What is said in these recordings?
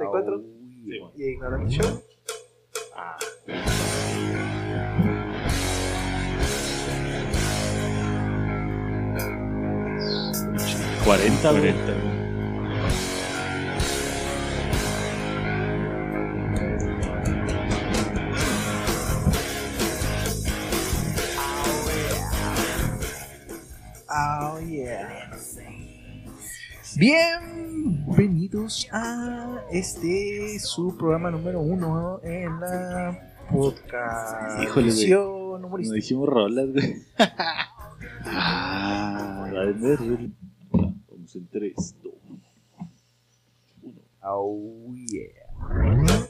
Petro Sí, bueno. y Ignorante Show. Ah. Está 40, güey. bien, está bien. Oh yeah. Bienvenidos a este su programa número uno en la podcast. Híjole, güey. edición Nos humorística. dijimos rolas, güey. ah, la de Merrill. Vamos en 3, 2. Oh yeah.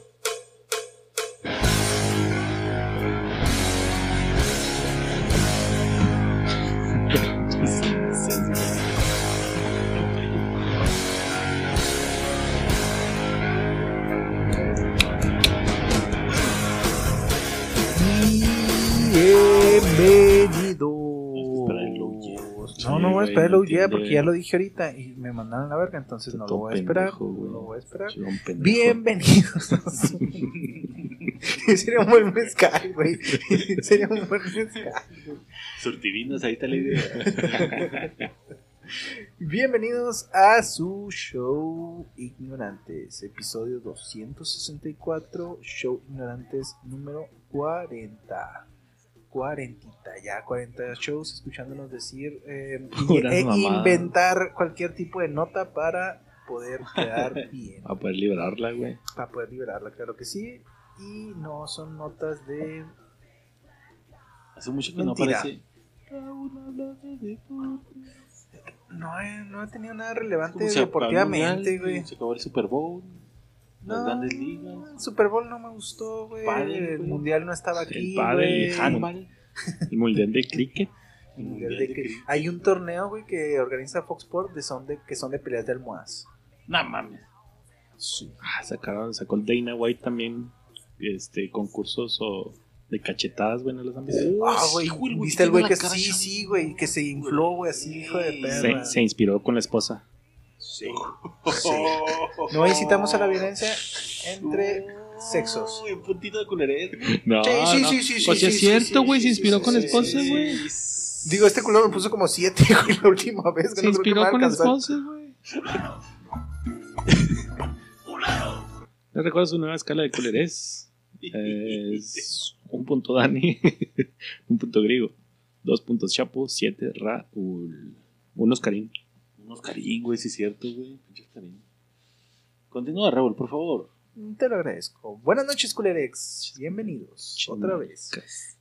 Pues Bienvenidos. No, no voy a esperar el oh yeah porque ya lo dije ahorita y me mandaron a la verga, entonces no lo voy a esperar. Pendejo, güey. Lo voy a esperar. Chingón pendejo. Bienvenidos a su... Sería un buen mezcal, güey. Sería un buen mezcal. Surtivinos, ahí está la idea. Bienvenidos a su show Ignorantes, episodio 264, show Ignorantes número 40. 40, ya 40 shows escuchándonos decir eh, y- Puras e mamadas. inventar cualquier tipo de nota para poder quedar bien. A poder liberarla, güey. para poder liberarla, claro que sí. Y no son notas de. Hace mucho que Mentira. no aparece. No, he- no ha tenido nada Como relevante se acabó el deportivamente, Mundial, güey. Se acabó el Super Bowl. No, Las grandes ligas. el Super Bowl no me gustó, güey. Pádel, El güey. mundial no estaba El aquí. padre, güey. el handball. El mundial de cricket. El mundial de que- Hay un torneo, güey, que organiza Fox Sports de son de, que son de peleas de almohadas. No mames. Sí. Ah, sacaron, sacó el Dana White también. Este, concursos o de cachetadas, güey, no las han visto. Ah, Sí, güey. güey, ¿Viste el güey tiene que la cara sí, ya- sí, güey? Que se infló, güey, así, hijo de perra. Se, se inspiró con la esposa. Sí. Oh. No incitamos a la violencia entre sexos. Uy, Oh, puntito de culerés. No, Sí, sí, no. sí, sí, sí, Pues sí, sí, es sí, cierto, sí, güey, sí, se inspiró sí, con la sí, esposa, sí, güey. Digo, este culo me puso como 7, güey, la última vez. que Se no creo que me inspiró va a con la alcanzar. esposa, güey. ¿No recuerdas su nueva escala de culerés? Es un punto Dani, un punto griego, dos puntos Chapo, siete Raúl, un Oscarín. Un Oscarín, güey, sí es cierto, güey. Pinche Oscarín. Continúa, Raúl, por favor. Te lo agradezco. Buenas noches, culerex. Bienvenidos otra vez.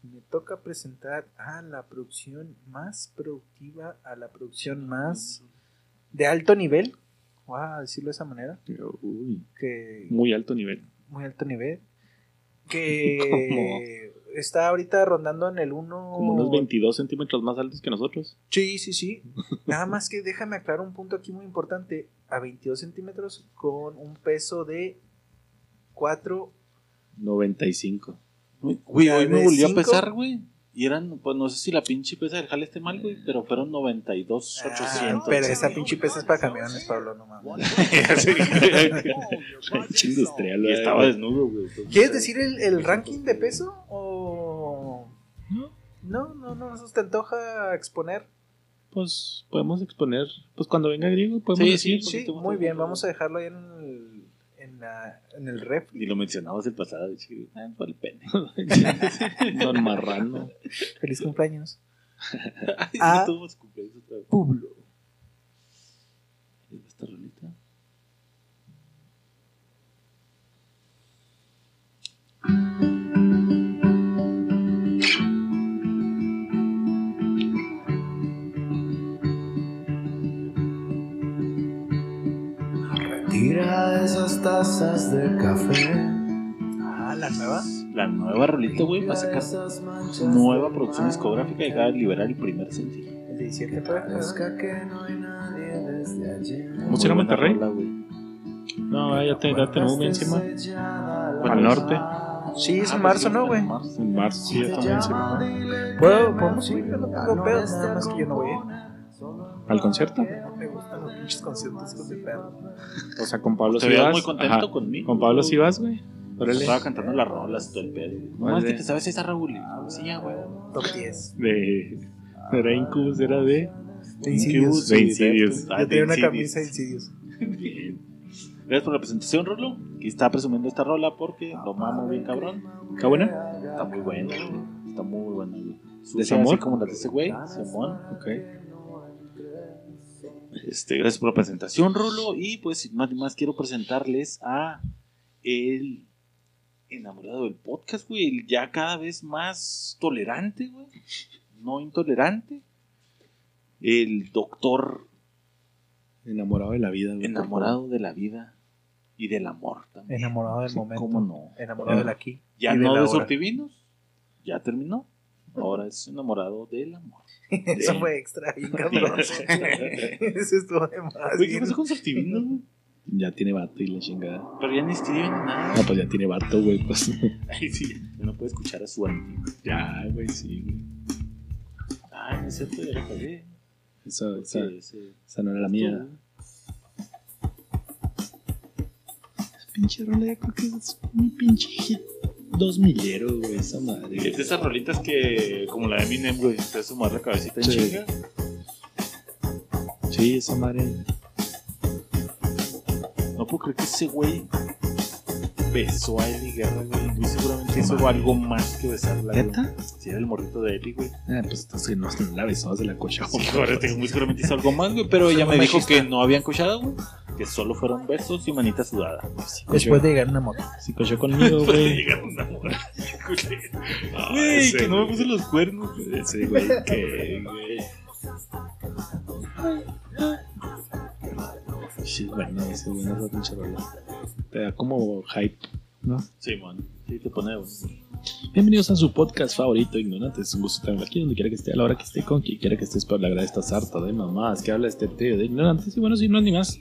Me toca presentar a la producción más productiva, a la producción más de alto nivel. Voy a decirlo de esa manera. Uy, Que muy alto nivel. muy alto nivel. Que está ahorita rondando en el 1. Como unos 22 centímetros más altos que nosotros. Sí, sí, sí. Nada más que déjame aclarar un punto aquí muy importante. A 22 centímetros con un peso de 4 95. Güey, hoy me ¿De volvió a cinco? pesar, güey. Y eran, pues no sé si la pinche pesa del jale esté mal, güey, pero fueron 92, Ah, 800. pero esa pinche pesa es para camiones, Pablo, no mames. Pues Pinche industrial, Y güey. estaba desnudo, güey. entonces- ¿Quieres decir el, el ranking de peso? O. No, no, no, eso te antoja exponer. Pues podemos exponer, pues cuando venga griego podemos Sí, decir. sí, Sí, poquito más muy de bien, control. vamos a dejarlo ahí en el, en la- en el ref. Ni lo mencionabas el pasado, de chiquito. Ah, por el pene. Don Marrano. Feliz cumpleaños. Ay, Ah. no tuvimos cumpleaños otra vez. Publo. ¿Y esta rolita? Retira esas tazas de café. Ah, la nueva. La nueva rolita, güey, va a sacar esas manchas nueva de producción mar. discográfica y acaba de liberar el primer sencillo. El 17 fue. Parezca que no hay nadie desde ayer. ¿Cómo será Muy buena Monterrey? rola, güey. No, ya te, ya tenemos bien encima. Al Pa'l norte. Sí, es Ah, en marzo, pues, ¿no, güey? en marzo. En marzo, sí, ya también encima. Ah, Puedo- podemos ir, yo no tengo pedos, nada más que yo no voy a ir. ¿Al concierto? No me gusta lo que pinches conciertos con mi perro. O sea, con Pablo Te veías Sivas. muy contento ajá, conmigo. Con Pablo Sivas, güey. Órale. Estaba cantando las rolas y todo el pedo. No, Órale. es que te sabes esa Raúl. Y, ah, Sí, ya, güey. Top 10. De. no Era Incubus, era de. De Incubus, Insidious. de Insidious. Insidious. Ah, Yo tenía una Insidious. camisa de Insidious. Bien. Gracias por la presentación, Rolo. Que está presumiendo esta rola porque lo mamo bien, cabrón. ¿Está buena? Está muy buena, güey. Está muy buena, güey. Sucia, ¿Desamor? así como la de Ah, ese güey, Simón. Ok. Este, gracias por la presentación, Rolo. Y pues, sin más ni más, quiero presentarles a el enamorado del podcast, güey. El ya cada vez más tolerante, güey. No intolerante. El doctor Enamorado de la vida, güey. enamorado de la vida y del amor también. Enamorado del Sí, momento. ¿Cómo no? Enamorado del aquí. Ya y de no la de hora. sortivinos. Ya terminó. Ahora es enamorado del amor. Eso fue extra, bien cabrón. Eso estuvo de más. Güey, ¿qué bien. pasó con sortivinos, güey? Ya tiene vato y la chingada. Pero ya ni escriben nada. No, pues ya tiene vato, güey. Pues. Ay, sí. Ya no puede escuchar a su antiguo. ya, güey, sí, güey. Ay, no es cierto, ya lo cagué. Esa, esa, Sí, sí. esa no era la mía. Pinche rola, yo creo que es un pinche hit. Dos milero, güey, esa madre. Es de esas rolitas que, como la de Eminem, güey, te hace sumar la cabecita en Sí. chinga. Sí, esa madre. No puedo creer que ese güey besó a Eli Guerra, güey. Muy seguramente hizo algo más que besarla, güey. ¿Neta? Sí, era el morrito de Eli, güey. Ah, pues entonces no, no la besó, se la cochó. Sí, Pues, ahora tengo muy seguramente hizo algo más, güey, pero ella me dijo que no habían cochado, güey. Que solo fueron besos y manita sudada. Pues, Después de llegar a una moto. Si cochó conmigo, güey. Llegaron a enamorar. Ah, Güey, ese que no me puse los cuernos. güey. Ese güey que, güey. Sí, bueno, ese güey no es la pinche rola. Te da como hype, ¿no? Sí, man. Sí, te pone, güey. Bienvenidos a su podcast favorito, Ignorantes. Un gusto tenerlo aquí, donde quiera que esté, a la hora que esté, con quien quiera que esté. Espero le agrade esta sarta de mamás que habla este tío de Ignorantes. Y bueno, sin más ni más,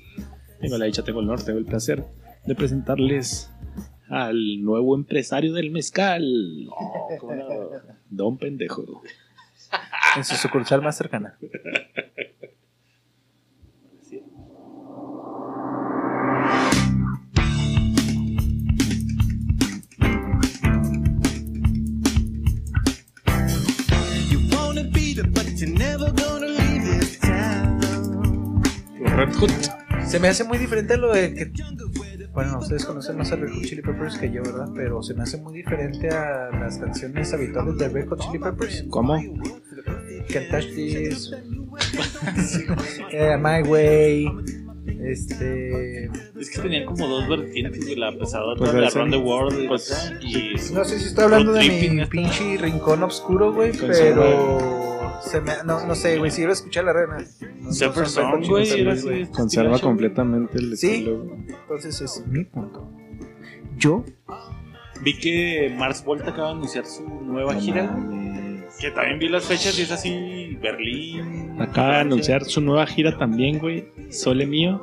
tengo la dicha, tengo el honor, tengo el placer de presentarles al nuevo empresario del mezcal, Oh, No, cómo no. Don Pendejo. En su sucursal más cercana. You wanna beat it, but you're never gonna leave this town. Red Hot. Se me hace muy diferente lo de que. Bueno, ustedes conocen más a Red Hot Chili Peppers que yo, ¿verdad? Pero se me hace muy diferente a las canciones habituales de Red Hot Chili Peppers. ¿Cómo? Can't touch this. Eh, My Way. Este. Es que tenían como dos vertientes, güey, la pesadora Pues de ese- Around the World pues, y No sé si estoy hablando de Tripping, mi esta- pinche rincón oscuro, güey, Con pero. Se me, no, no sé, güey, si yo lo escuché a la reina. No, no son Separate Red Hot Song, Chili güey, Peppers, era así de este Conserva estilo, güey. completamente el Sí. estilo. güey. Entonces ese es mi punto. Yo Vi que Mars Volta acaba de anunciar su nueva No gira. güey, mames. Que también vi las fechas y es así Berlín. Acaba de Francia. anunciar su nueva gira también, güey. Sole mío.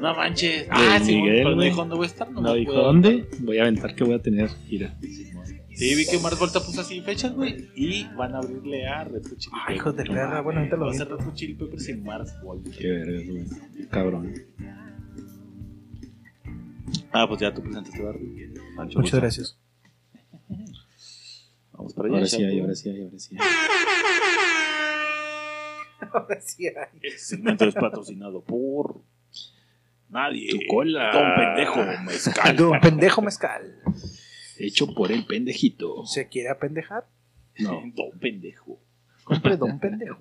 No manches. Ah, sí, Miguel, pero no güey. dijo dónde voy a estar. No, No me dijo acuerdo. dónde. Voy a aventar que voy a tener gira. Sí, vi que Mars Volta puso así fechas, güey. Y van a abrirle a Red Hot Chili Ay, hijos Ah, de Peppers. perra, bueno, ahorita lo Va a ser aviento. Red Hot Chili Peppers sin Mars Volta. Qué vergas, güey. Cabrón. Ah, pues ya tú presentaste, Barbie. Pancho, Muchas pues, gracias. Vamos para allá. Ahora sí, ya, ahí, güey. ahora sí, ahí, ahora sí. Ahora sí hay. Este segmento es patrocinado por nadie. Tu cola. Don pendejo mezcal. Don pendejo mezcal. Hecho por el pendejito. ¿Se quiere apendejar? No. Don pendejo. Compre don pendejo.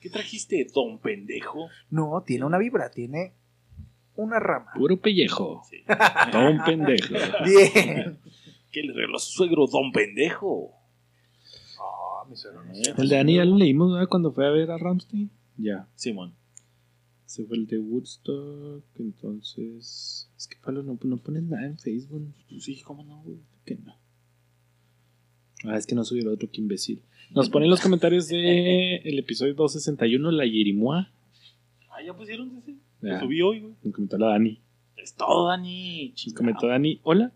¿Qué trajiste, don pendejo? No, tiene una vibra, tiene una rama. Puro pellejo. Sí. Todo un pendejo. Bien. ¿Qué le regaló su suegro, don pendejo? Ah, mi suegro no. El de Annie ya lo leímos, ¿verdad? Cuando fue a ver a Ramstein. Ya. Simón. Se fue el de Woodstock. Entonces. Es que Pablo no, no pones nada en Facebook. Pues Sí, cómo no, güey. Que no. Ah, es que no subió el otro, que imbécil. Nos ponen los comentarios de el episodio 261, la Yirimua. Ah, ya pusieron ese. Lo Ah, subí hoy, güey. nos comentó la Dani. Es todo, Dani. Nos Chingado. comentó Dani, hola.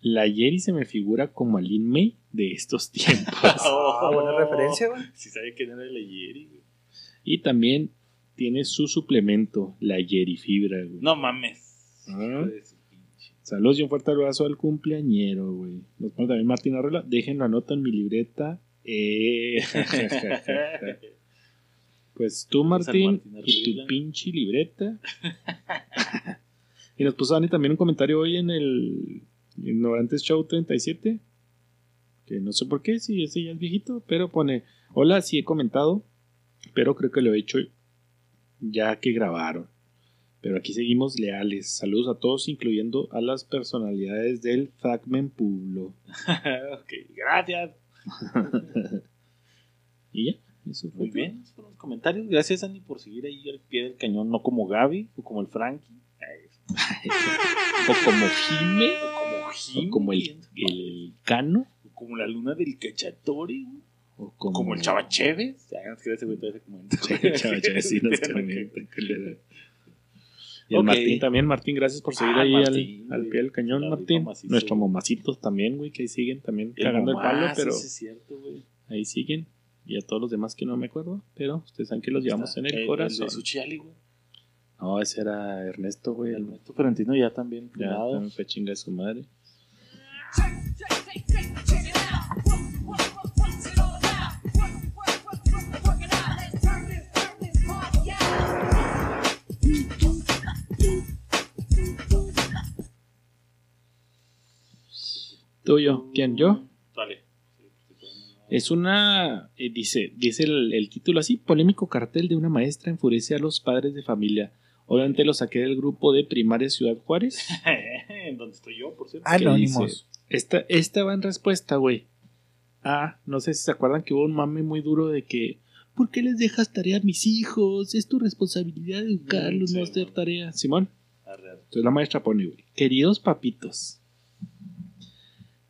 La Yeri se me figura como a Lin May de estos tiempos. Ah, buena Ah, referencia, güey. Si sabe quién era el Ayeri, güey. y también tiene su suplemento, la Yerifibra, güey. No mames. Ah. Hijo de su pinche. Saludos y un fuerte abrazo al cumpleañero, güey. Nos pone también Martín Arrola. Dejen la nota en mi libreta. Eh, pues tú, Martín, Martín y tu Arreola. pinche libreta. y nos puso Dani también un comentario hoy en el Ignorantes Show 37. Que no sé por qué, si ese ya es viejito, pero pone: Hola, sí he comentado, pero creo que lo he hecho ya que grabaron. Pero aquí seguimos leales. Saludos a todos, incluyendo a las personalidades del Fragment Pueblo. ok, gracias. Y ya, eso fue Muy bien, esos fueron Pues, los comentarios. Gracias, Andy, por seguir ahí al pie del cañón. No como Gaby, o como el Frankie, todo. O como Jime, o como Jim, o como el, el Cano, o como la luna del Cachatore, güey. o O como, como el Chava Chévez. Ya, no te creas, güey, todavía se comenta. Mm. Sí, el Chava Chévez, sí, nos comenta. Y el Ok. Martín también, Martín, gracias por seguir Ah, ahí Martín, al, al güey. pie del cañón, La rifa Martín. macizo. Nuestros mamacitos también, güey, que ahí siguen también El cagando el palo, momazo, pero sí es cierto, güey. ahí siguen. Y a todos los demás que no me acuerdo, pero ustedes saben que los llevamos en el, corazón. de Suchiali, güey. No, ese era Ernesto, güey. el- Ernesto Ferentino ya también. Ya, funado. también fue chinga de su madre. ¿Tú, yo? ¿Quién, yo? Dale. Es una, eh, dice, dice el, el título así, polémico cartel de una maestra enfurece a los padres de familia. Obviamente lo saqué del grupo de primaria Ciudad Juárez. En donde estoy yo, por cierto. Anónimos. Esta, esta va en respuesta, güey. Ah, no sé si se acuerdan que hubo un mame muy duro de que, ¿por qué les dejas tarea a mis hijos? Es tu responsabilidad educarlos, Mm, sí, no hacer mami. tarea. Simón. Arre, arre. Entonces la maestra pone, güey, queridos papitos,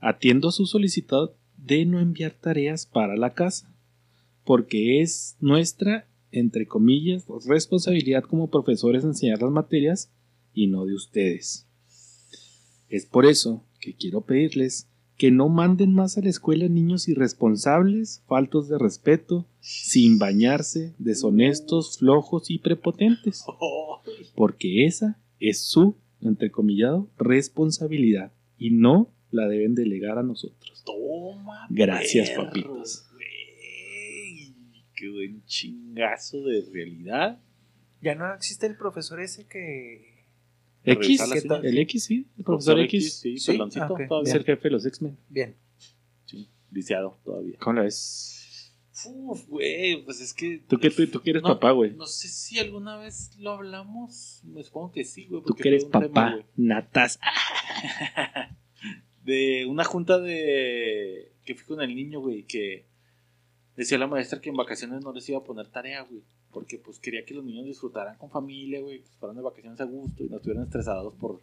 atiendo su solicitud de no enviar tareas para la casa, porque es nuestra, entre comillas, responsabilidad como profesores enseñar las materias y no de ustedes. Es por eso que quiero pedirles que no manden más a la escuela niños irresponsables, faltos de respeto, sin bañarse, deshonestos, flojos y prepotentes Oh, porque esa es su, entre comillado, responsabilidad y no la deben delegar a nosotros. toma. Gracias, perro, papitos. güey. Qué buen chingazo de realidad. Ya no existe el profesor ese que. X, Revisar las el X, sí, el profesor X, Sí, Sí, peloncito, ah, ok, todavía. es el jefe de los X-Men. Bien. Sí, Viciado, todavía. ¿Cómo la ves? Uf, güey, pues es que. Tú que, tú, tú que eres No, papá, güey. No sé si alguna vez lo hablamos. Me supongo que sí, güey. Tú porque que eres fue un tema, papá, güey. natas. Ah, de una junta de que fui con el niño, güey, que decía la maestra que en vacaciones no les iba a poner tarea, güey, porque pues quería que los niños disfrutaran con familia, güey, que se fueran de vacaciones a gusto y no estuvieran estresados por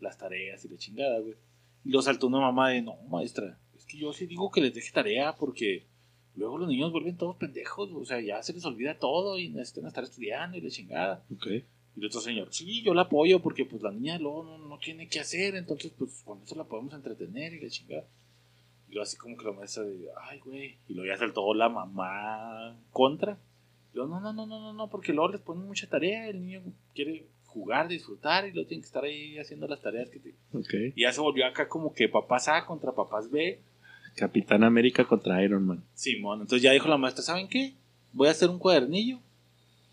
las tareas y la chingada, güey. Y lo saltó una mamá de, no, maestra, es que yo sí digo que les deje tarea porque luego los niños vuelven todos pendejos, o sea, ya se les olvida todo y necesitan estar estudiando y la chingada. Y el otro señor, sí, yo la apoyo porque pues la niña luego no, no tiene que hacer, entonces pues con eso la podemos entretener y la chingada. Y yo así como que la maestra de, ay, güey, y luego ya saltó la mamá contra. Yo, no, no, no, no, no, no, porque luego les ponen mucha tarea, el niño quiere jugar, disfrutar y luego tiene que estar ahí haciendo las tareas que te... Ok. Y ya se volvió acá como que papás A contra papás B. Capitán América contra Iron Man. Simón, entonces ya dijo la maestra, ¿saben qué? Voy a hacer un cuadernillo.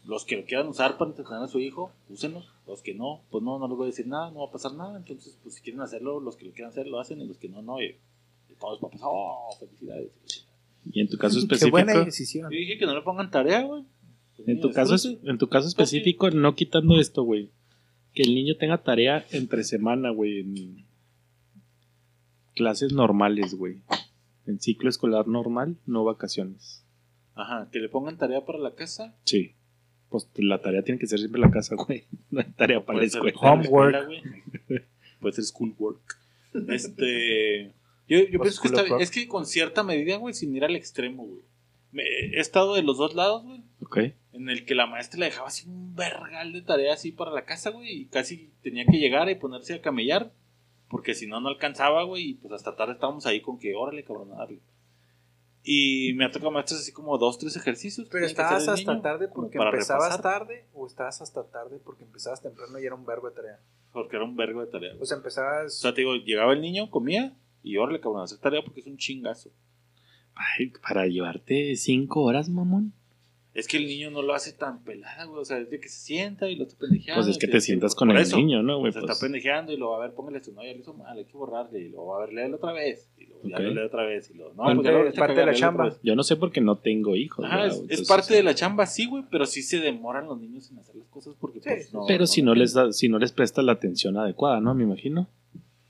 Los que lo quieran usar para entretener a su hijo, úsenlo. Los que no, pues no, no les voy a decir nada, no va a pasar nada. Entonces, pues si quieren hacerlo, los que lo quieran hacer, lo hacen. Y los que no, no. Y, y todos papás, oh, felicidades. Y en tu caso Qué específico, buena decisión. Yo dije que no le pongan tarea, güey. Pues, en niño, tu caso, disfrute. en tu caso específico, no quitando esto, güey. Que el niño tenga tarea entre semana, güey, en clases normales, güey. En ciclo escolar normal, no vacaciones. Ajá, que le pongan tarea para la casa. Sí. Pues la tarea tiene que ser siempre en la casa, güey. No hay tarea para la Puede ser escuela. para la Homework. escuela, güey. Puede ser schoolwork. Este. Yo, yo Pues pienso que está bien. schoolwork. Es que con cierta medida, güey, sin ir al extremo, güey. Me- He estado de los dos lados, güey. Ok. en el que la maestra le dejaba así un vergal de tarea así para la casa, güey, y casi tenía que llegar y ponerse a camellar, porque si no, no alcanzaba, güey, y pues hasta tarde estábamos ahí con que, órale, cabrón, a darle. Y me ha tocado maestros así como dos, tres ejercicios. que Pero tiene que estabas hacer el hasta niño, tarde como porque para empezabas repasar, tarde o estabas hasta tarde porque empezabas temprano y era un verbo de tarea. Porque era un vergo de tarea. O güey. sea, O empezabas... sea, te digo, llegaba el niño, comía y órale, cabrón, a hacer tarea porque es un chingazo. Ay, para llevarte cinco horas, mamón. Es que el niño no lo hace tan pelada, güey. O sea, es de que se sienta y lo está pendejeando. Pues es que y te sientas pues, con por el eso, niño, ¿no, güey? se Pues, está pendejeando y lo va a ver, póngale esto. No, ya lo hizo mal, hay que borrarle. Y lo va a ver, léelo otra vez. Y luego ya Ok. lo lee otra vez. Y lo, no, Parte- pues ya lo volviste a parte de la cagar, léelo chamba. otra vez. yo no sé por qué no tengo hijos. Ajá, ¿verdad? es, es Entonces, parte de la chamba, sí, güey, pero sí se demoran los niños en hacer las cosas porque Sí. pues, no. Pero si no no les da, si no les prestas la atención adecuada, ¿no? Me imagino.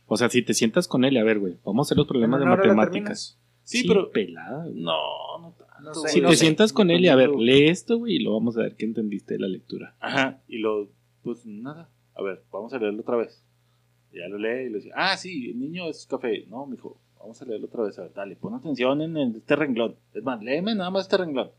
O sea, si te sientas con él y a ver, güey, vamos a hacer los problemas En de una hora la matemáticas. Sí, pero. pelada, güey. No, no tanto. No sé, güey. Si no te sé. sientas con él y a ver, Pero- lee esto, güey, y lo vamos a ver qué entendiste de la lectura. Ajá, y lo, pues nada, a ver, vamos a leerlo otra vez. Ya lo lee y le dice, ah, sí, el niño es café. No, mijo, vamos a leerlo otra vez. A ver, dale, pon atención en el- este renglón. Es más, léeme nada más este renglón.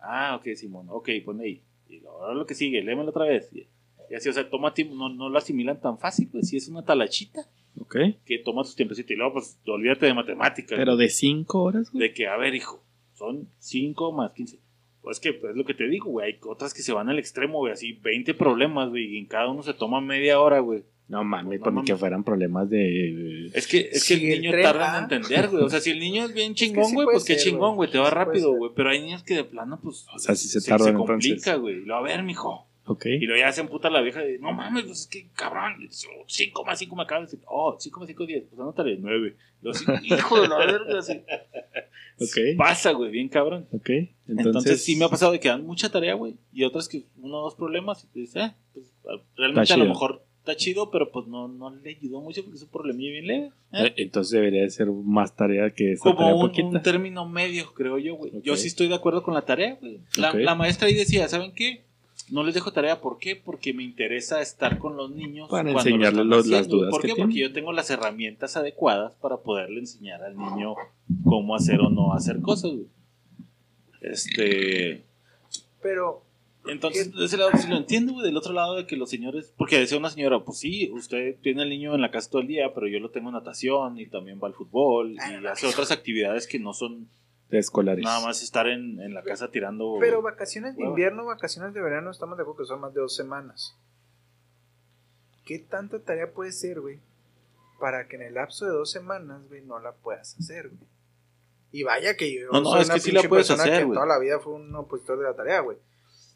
Ah, ok, Simón, ok, pon ahí. Y lo- ahora lo que sigue, léemelo otra vez. Y, y así, o sea, toma tiempo, no, no lo asimilan tan fácil, pues, si es una talachita ¿Ok? que toma sus tiempecitos y luego, pues, olvídate de matemáticas. Pero de cinco horas, güey. De que, a ver, hijo, son 5 más 15. Pues es que pues, es lo que te digo, güey. Hay otras que se van al extremo, güey. Así 20 problemas, güey. Y en cada uno se toma media hora, güey. No mames, No por ni mames. que fueran problemas de. Es que, es que Sí, el niño el tren, tarda ah. en entender, güey. O sea, si el niño es bien chingón, sí güey, puede pues qué ser, chingón, güey. Te va Sí puede rápido, ser. güey. Pero hay niños que de plano, pues. O sea, sí se Se tardan, complica, güey. Y luego, a ver, mijo. Ok. Y luego ya se emputa la vieja. De, no mames, pues es que cabrón. 5 más 5 me acaba de decir. Oh, 5 más 5, 10. Pues anótale 9. Hijo de la verga, así. Ok. Pasa, güey. Bien cabrón. Ok. Entonces, sí me ha pasado de que dan mucha tarea, güey. Y otras que uno o dos problemas y te dices, eh, pues a- realmente Está a lo chido. mejor está chido, pero pues no, no le ayudó mucho porque es un problemilla bien leve. ¿eh? Eh, Entonces debería de ser más tarea que esa tarea Como un, poquita. un término medio, creo yo, güey. Yo Ok. sí estoy de acuerdo con la tarea, güey. La, Ok. la maestra ahí decía, ¿saben qué? No les dejo tarea, ¿por qué? Porque me interesa estar con los niños. Para cuando lo enseñarles están los- las haciendo. dudas ¿Por que qué? Porque tienen. yo tengo las herramientas adecuadas para poderle enseñar al niño cómo hacer o no hacer cosas, güey. Este... Pero Eh, Entonces, de ese lado sí lo entiendo, güey. Del otro lado de que los señores. Porque decía una señora, pues sí, usted tiene al niño en la casa todo el día, pero yo lo tengo en natación y también va al fútbol y hace otras actividades que no son De escolares. nada más estar en, en la casa tirando. Pero vacaciones de Oh. Hueva. invierno, vacaciones de verano, estamos de acuerdo que son más de dos semanas. ¿Qué tanta tarea puede ser, güey? Para que en el lapso de dos semanas, güey, no la puedas hacer, güey. Y vaya que yo No, no, soy es una que sí pinche la puedes persona hacer, que güey. toda la vida fue un opositor de la tarea, güey.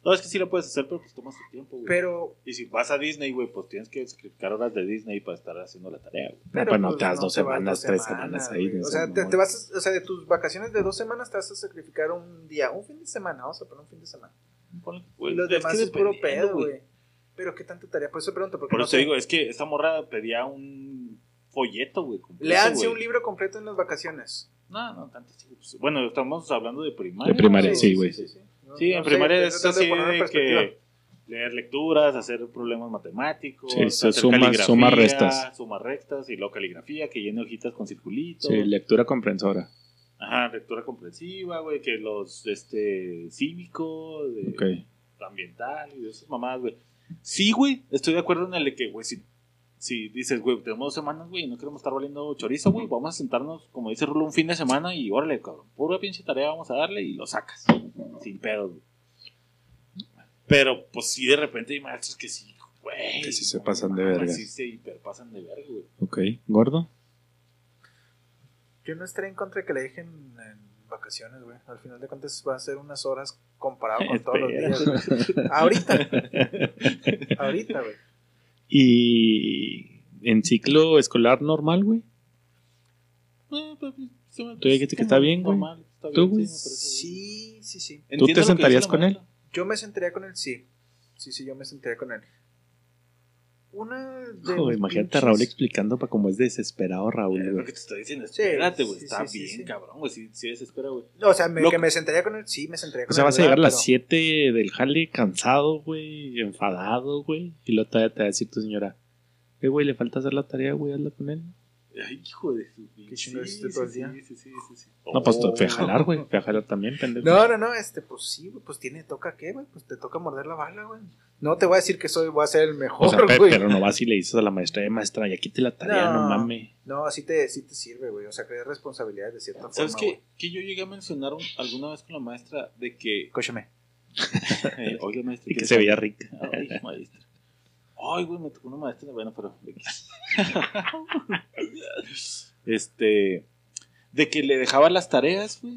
No, es que sí lo puedes hacer, pero pues tomas tu tiempo, güey. Pero, Y si vas a Disney, güey, pues tienes que sacrificar horas de Disney para estar haciendo la tarea, güey. pero pues no te vas das dos semanas, tres semanas ahí, güey. no O seas sea, te, mamón. te vas a- o sea, de tus vacaciones de dos semanas te vas a sacrificar un día, un fin de semana, vamos a poner un fin de semana. Ponle, Y güey, los es que demás es, puro dependiendo, pedo, güey. Pero qué tanta tarea, por eso pregunto, porque Por no eso te sé. digo, es que esta morra pedía un folleto, güey. completo, Leanse güey. un libro completo en las vacaciones. No, no, tanto. sí, pues, Bueno, estamos hablando de primaria. De primaria, ¿no? sí, güey. No, Sí, no en sé, primaria estoy es tratando de así poner una de perspectiva. que leer lecturas, hacer problemas matemáticos, Sí, se hacer suma- caligrafía, suma restas. suma rectas y luego caligrafía que llene hojitas con circulitos. Sí, lectura comprensora. Ajá, lectura comprensiva, güey, que los este cívico, de- Ok. ambiental y de esas mamadas, güey. Sí, güey, estoy de acuerdo en el de que, güey, si, si dices, güey, tenemos dos semanas, güey, y no queremos estar valiendo chorizo, güey, vamos a sentarnos, como dice Rulo, un fin de semana y órale, cabrón, pura pinche tarea vamos a darle y lo sacas, sin pedos, güey. Pero, pues sí, de repente hay maestros que sí, güey. Que sí no se pasan de mames, verga. Sí se hiperpasan de verga, güey. Ok. ¿Gordo? Yo no estaré en contra de que le dejen en vacaciones, güey. Al final de cuentas van a ser unas horas comparado con todos los días. güey. Ahorita. Ahorita, güey. Y en ciclo escolar normal, güey. Eh, pues, se me- Tú dijiste que está bien, güey. normal, está Tú, bien, sí, güey. me parece bien. Sí, sí, sí. ¿Tú te Entiendo lo que sentarías dice la con él? maestra. Yo me sentaría con él, sí. Sí, sí, yo me sentaría con él. Una de. Joder, mis imagínate a pinches- Raúl explicando para cómo es desesperado Raúl, Es lo güey. que te estoy diciendo, Sí, espérate, güey, sí, está sí, sí, bien, sí. cabrón, güey, si, si desespera, güey. O sea, me- Lo- que me sentaría con él, sí, me sentaría O con él. sea, vas a llegar a ¿verdad? las 7 del jale cansado, güey, enfadado, güey. Y luego todavía te va a decir tu señora, eh, güey, le falta hacer la tarea, güey, hazla con él. Ay, hijo de su Qué chingón este todo el día. Sí, sí, sí, sí, sí. No, pues Oh. te fue a jalar, güey. Fue a jalar también, pendejo. No, no, no, este, pues sí, güey, pues tiene, toca qué, güey, pues te toca morder la bala, güey. No te voy a decir que soy, voy a ser el O mejor, sea, pe- güey. pero no vas y le dices a la maestra, eh, maestra, ya quite la tarea, no, No. mames. No, No, sí te, sí te sirve, güey. O sea, crear responsabilidades de cierta Oh. ¿Sabes forma. qué? Que yo llegué a mencionar un- alguna vez con la maestra de que. eh, Cóchame. Oiga, maestra. Y que ¿qué se tal? veía rica. Ay, maestra. Ay, güey, me tocó una maestra. Bueno, pero. este. De que le dejaba las tareas, güey.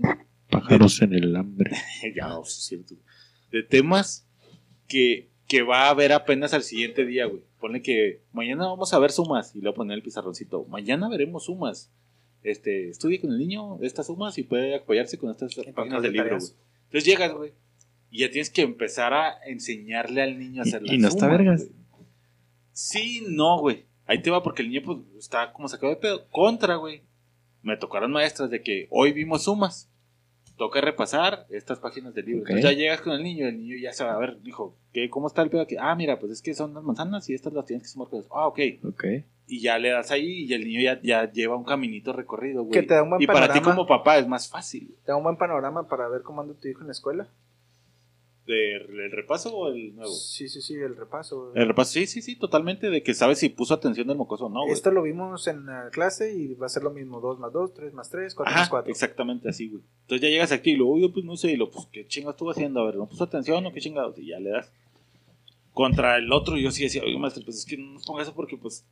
Pájaros en el hambre. ya, no, sí es cierto. De temas que, que va a ver apenas al siguiente día, güey. Ponle que mañana vamos a ver sumas y le voy a poner el pizarroncito. Mañana veremos sumas. Este, estudie con el niño estas sumas y puede apoyarse con estas En páginas páginas del de libro, tareas. güey. Entonces llegas, güey, y ya tienes que empezar a enseñarle al niño a Y- hacer y las no está sumas, vergas. güey. Sí, no, güey. Ahí te va porque el niño pues, está como sacado de pedo. Contra, güey. Me tocaron maestras de que hoy vimos sumas toca repasar estas páginas del libro. Ok. Entonces ya llegas con el niño, el niño ya se va a ver, dijo, ¿qué, ¿cómo está el pedo aquí? Ah, mira, pues es que son las manzanas y estas las tienes que sumar con eso. Ah, ok. Ok. Y ya le das ahí y el niño ya, ya lleva un caminito recorrido, güey. Que te da un buen y para ti panorama. como papá es más fácil. Te da un buen panorama para ver cómo anda tu hijo en la escuela. ¿De- ¿El repaso o el Ah, nuevo? Sí, sí, sí, el repaso. El repaso, sí, sí, sí, totalmente, de que sabes si puso atención del mocoso o no, güey. Esto lo vimos en la clase y va a ser lo mismo. 2 más 2, 3 más 3, 4 Ajá, más 4. exactamente así, güey. Entonces ya llegas aquí y lo, oye, pues no sé, y lo, pues qué chingas estuvo haciendo, a ver, ¿no puso atención o qué chingados? Y ya le das. Contra el otro, yo sí decía, oye, maestro, pues es que no nos ponga eso porque, pues,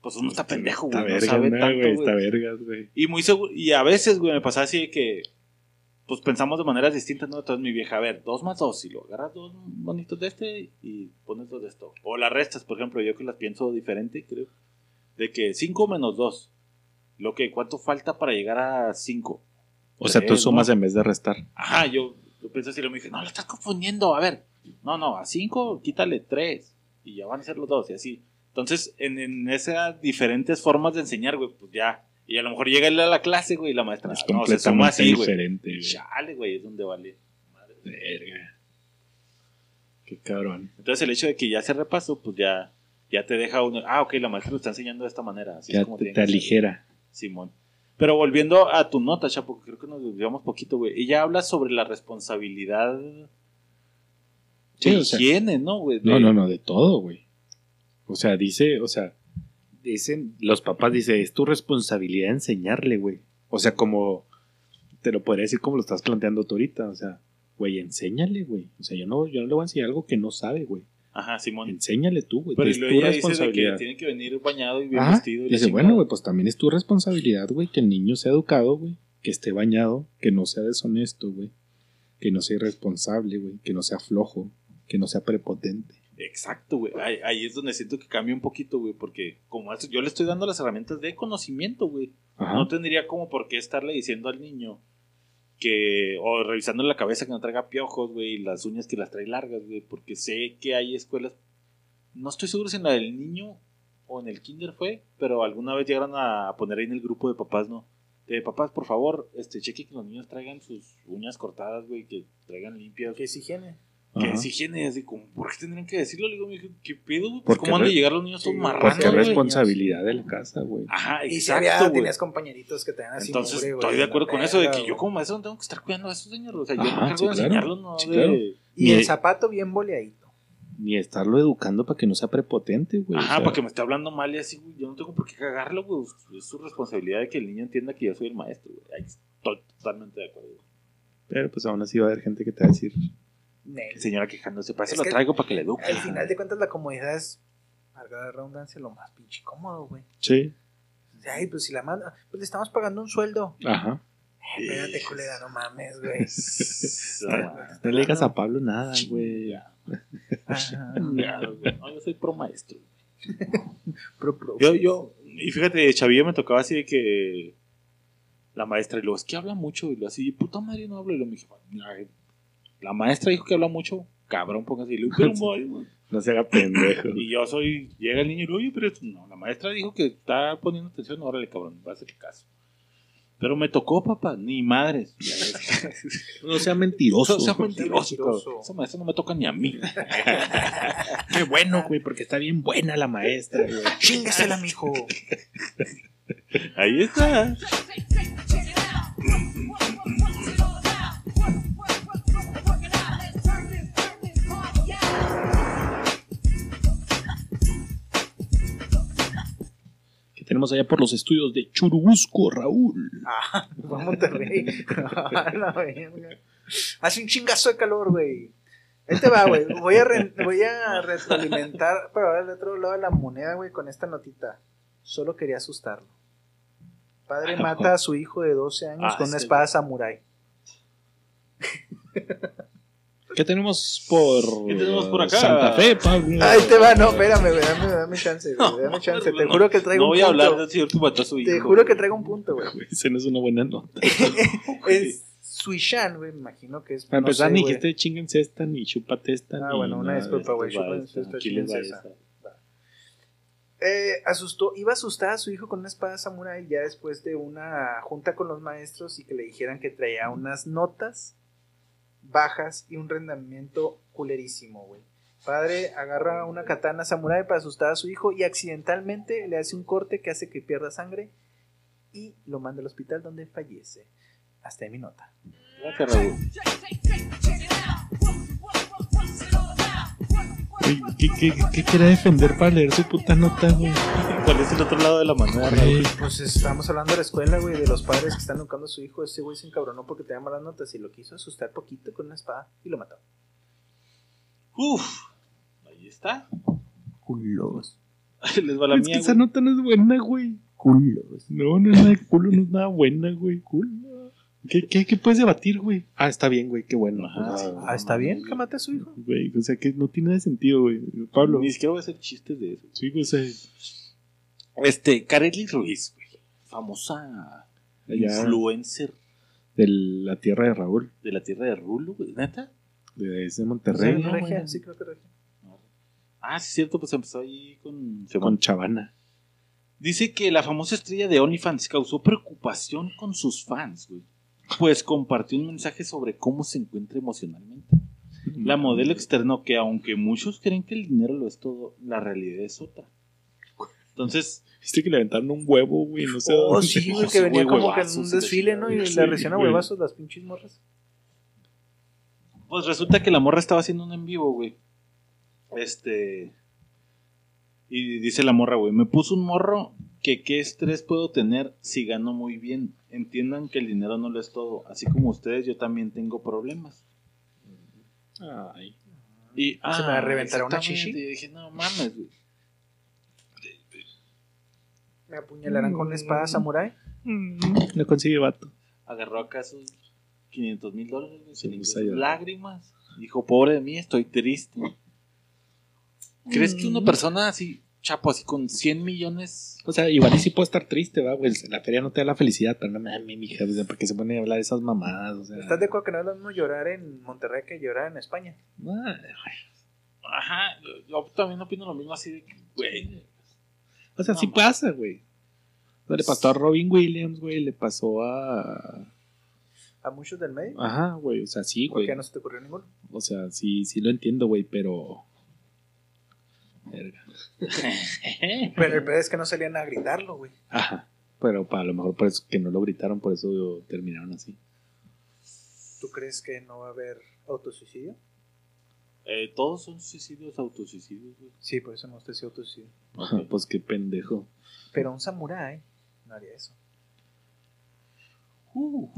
pues uno está pendejo, güey, Está no sabe vergas, no, tanto, güey, güey. Está vergas, güey. Y muy seguro, y a veces, güey, me pasaba así de que, pues pensamos de maneras distintas, ¿no? Entonces mi vieja, a ver, dos más dos, y lo agarras dos bonitos de este y pones dos de esto. O las restas, por ejemplo, yo que las pienso diferente, creo. De que cinco menos dos. Lo que, ¿cuánto falta para llegar a cinco? O sea, tú Tres, sumas ¿no? en vez de restar. Ajá, yo, yo pensé así, lo me dije, no, lo estás confundiendo, a ver. No, no, a cinco, quítale tres. Y ya van a ser los dos, y así. Entonces, en, en esas diferentes formas de enseñar, güey, pues ya. Y a lo mejor llega él a la clase, güey, y la maestra. es Ah, no, se suma completamente así, güey. diferente, güey. Chale, güey, es donde vale. Madre. Verga. Qué cabrón. Entonces, el hecho de que ya se repaso, pues ya, ya te deja uno. Ah, ok, la maestra lo está enseñando de esta manera. Así es ya como te, tiene te que ser. aligera. Simón. Pero volviendo a tu nota, Chapo, que creo que nos desviamos poquito, güey. Ella habla sobre la responsabilidad. Sí, de o sea, higiene, ¿no, güey? De- No, no, no, de todo, güey. O sea, dice, o sea, dicen, los papás dicen, es tu responsabilidad enseñarle, güey. O sea, como, te lo podría decir como lo estás planteando tú ahorita, o sea, güey, enséñale, güey. O sea, yo no, yo no le voy a enseñar algo que no sabe, güey. Ajá, Simón. Enséñale tú, güey. Pero es y tu luego ella dice de que responsabilidad. tiene que venir bañado y bien Ajá, vestido. Y la dice, chingada. bueno, güey, pues también es tu responsabilidad, güey, que el niño sea educado, güey, que esté bañado, que no sea deshonesto, güey, que no sea irresponsable, güey, que no sea flojo, que no sea prepotente. Exacto, güey. Ahí, ahí es donde siento que cambia un poquito, güey. Porque como esto- yo le estoy dando las herramientas de conocimiento, güey. Ajá. No tendría como por qué estarle diciendo al niño que, o revisando la cabeza que no traiga piojos, güey, y las uñas que las trae largas, güey, porque sé que hay escuelas, no estoy seguro si en la del niño o en el kinder fue, pero alguna vez llegaron a poner ahí en el grupo de papás, ¿no? De papás, por favor, este, cheque que los niños traigan sus uñas cortadas, güey, que traigan limpias, Que es higiene. que Ajá. es higiene, así como, ¿por qué tendrían que decirlo? Le digo, mijo, ¿qué pedo, güey? Pues, Porque ¿Cómo han de re- llegar los niños todos sí, marranos, Porque es Rando, Ah, güey? Pues responsabilidad de la casa, güey. Ajá, Y si exacto, había- güey. tenías compañeritos que te dan así. Entonces, nombre, güey, estoy de la acuerdo con eso, de perra, que yo güey. como maestro no tengo que estar cuidando a esos señores. O sea, yo me Ajá, encargo sí, de claro. enseñarlos, no Sí, de- claro. Y Ni- el zapato bien boleadito. Ni estarlo educando para que no sea prepotente, güey. Ajá, o sea, para que me esté hablando mal y así, güey, yo no tengo por qué cagarlo, güey. Es su responsabilidad de que el niño entienda que yo soy el maestro, güey. Ahí estoy totalmente de acuerdo. Pero pues aún así va a haber gente que te va a decir, Nel. Señora quejándose, para eso Es lo que- traigo para que le eduque. Al final de cuentas, la comodidad es, valga la redundancia, lo más pinche cómodo, güey. sí, O sea, Ay, pues si la manda, pues le estamos pagando un sueldo. ajá. Ay, Espérate, culera, no mames, güey. Ajá, No le digas a Pablo nada, güey. Ajá. claro, güey. No, yo soy pro maestro. Pro, pro. Yo, yo, y fíjate, Chavillo me tocaba así de que la maestra, y luego es que habla mucho, y lo así, puta madre, no hablo, y lo me dije, "Ay, la maestra dijo que habla mucho, cabrón, póngase, y le digo, pero voy, güey". No se haga pendejo. y yo soy, llega el niño y le digo, oye, pero esto no, la maestra dijo que está poniendo atención, órale, cabrón, va a hacer caso. Pero me tocó, papá, ni madres. No sea Oso, mentiroso. o sea, mentiroso, mentiroso. cabrón. Esa maestra no me toca ni a mí. Qué bueno, güey, porque está bien buena la maestra, güey. Chingasela, mijo. Ahí está. ¿Qué tenemos Estamos allá por los estudios de Churubusco, Raúl. Ah, fue a Monterrey. A la verga. Hace un chingazo de calor, güey. Ahí te va, güey. Voy a, re- voy a retroalimentar, pero ahora al otro lado de la moneda, güey, con esta notita. Solo quería asustarlo. Padre mata a su hijo de 12 años Ah, con una este espada samurái. ¿Qué tenemos por, eh, ¿Qué tenemos por acá? Santa Fe, Pablo? Ahí te va, no, espérame, güey, dame, dame chance, güey, dame chance. Te juro que traigo No voy un a punto. hablar del señor que mató a su hijo. Te juro que güey. traigo un punto, güey. Esa no es una buena nota. Es Suishan, güey, me imagino que es. Para no empezar, sé, ni güey. dijiste chinganse esta, ni chúpate esta. Ah, ni bueno, una nada de disculpa, esto, güey, va, chúpense esta, esta, aquí les va chúpense esta. Eh, asustó, iba a asustar a su hijo con una espada samurai ya después de una junta con los maestros y que le dijeran que traía unas notas bajas y un rendimiento culerísimo, güey. Padre agarra una katana samurai para asustar a su hijo y accidentalmente le hace un corte que hace que pierda sangre y lo manda al hospital donde fallece. Hasta ahí mi nota. Gracias, Raúl. Güey, ¿Qué, qué, qué quiere defender para leer su puta nota, güey? ¿Cuál es el otro lado de la moneda, Güey, Raúl? Pues estamos hablando de la escuela, güey, de los padres que están educando a su hijo. Ese güey se encabronó porque tenía malas notas y lo quiso asustar poquito con una espada y lo mató. Uf, ahí está. Culos, Ahí Les va la es mía. que güey. esa nota no es buena, güey. culos. No, no es nada de culo, no es nada buena, güey. Culo. ¿Qué, qué, qué puedes debatir, güey? Ah, está bien, güey, qué bueno. Ajá, O sea, sí. Ah, ¿está bien que mate a su hijo? Güey, o sea, que no tiene nada de sentido, güey. Pablo. Ni siquiera voy a hacer chistes de eso. Sí, güey, o sea, Este, Kareli Ruiz, güey. Famosa allá influencer de la tierra de Raúl, de la tierra de Rulo, güey. ¿Neta? de ese Monterrey, Sí, ¿no, regia, güey? sí, creo que regia. Ah, sí, es cierto, pues empezó ahí con. Con Chavana. Dice que la famosa estrella de OnlyFans causó preocupación con sus fans, güey. Pues compartió un mensaje sobre cómo se encuentra emocionalmente. La modelo externó que, aunque muchos creen que el dinero lo es todo, la realidad es otra. Entonces, Viste que le aventaron un huevo, güey, no sé Oh, dónde. sí, güey, no, que sí, venía güey, como que en un huevazos, sí, desfile, ¿no? Y sí, le recién a güey. huevazos las pinches morras. pues resulta que la morra estaba haciendo un en vivo, güey. Este. Y dice la morra, güey, me puso un morro que qué estrés puedo tener si gano muy bien. Entiendan que el dinero no lo es todo. Así como ustedes, yo también tengo problemas. Ay. Y, ah, me va a reventar una exactamente. chichi. Y dije, no mames, güey. Me apuñalarán con una espada Mm. samurái. Ah. No consigue vato. Agarró acá sus 500 mil dólares, güey, se Se limpió puso sus a llorar. lágrimas. Dijo, pobre de mí, estoy triste. ¿Crees que una persona así, chapo, así con 100 millones? O sea, igual y sí puedo estar triste, va, güey. La feria no te da la felicidad, pero no mames, mija, o sea, ¿para qué se pone a hablar de esas mamadas? O sea, ¿Estás de acuerdo que no es lo mismo llorar en Monterrey que llorar en España? Ah, Ajá, yo- yo también opino lo mismo así de que, güey. O sea, No, sí man. pasa, güey. O sea, le pasó a Robin Williams, güey, le pasó a... ¿A muchos del medio? Ah, Ajá, güey, o sea, sí, ¿Por güey. qué no se te ocurrió ninguno? O sea, sí, sí lo entiendo, güey, pero... Verga. Pero el peor es que no salían a gritarlo, güey. Ajá. Pero para lo mejor por eso que no lo gritaron, por eso terminaron así. ¿Tú crees que no va a haber autosuicidio? Eh, Todos son suicidios, autosuicidios, güey. Sí, por eso me gusta ese autosuicidio. Ajá, pues qué pendejo. Pero un samurái no haría eso. Uh.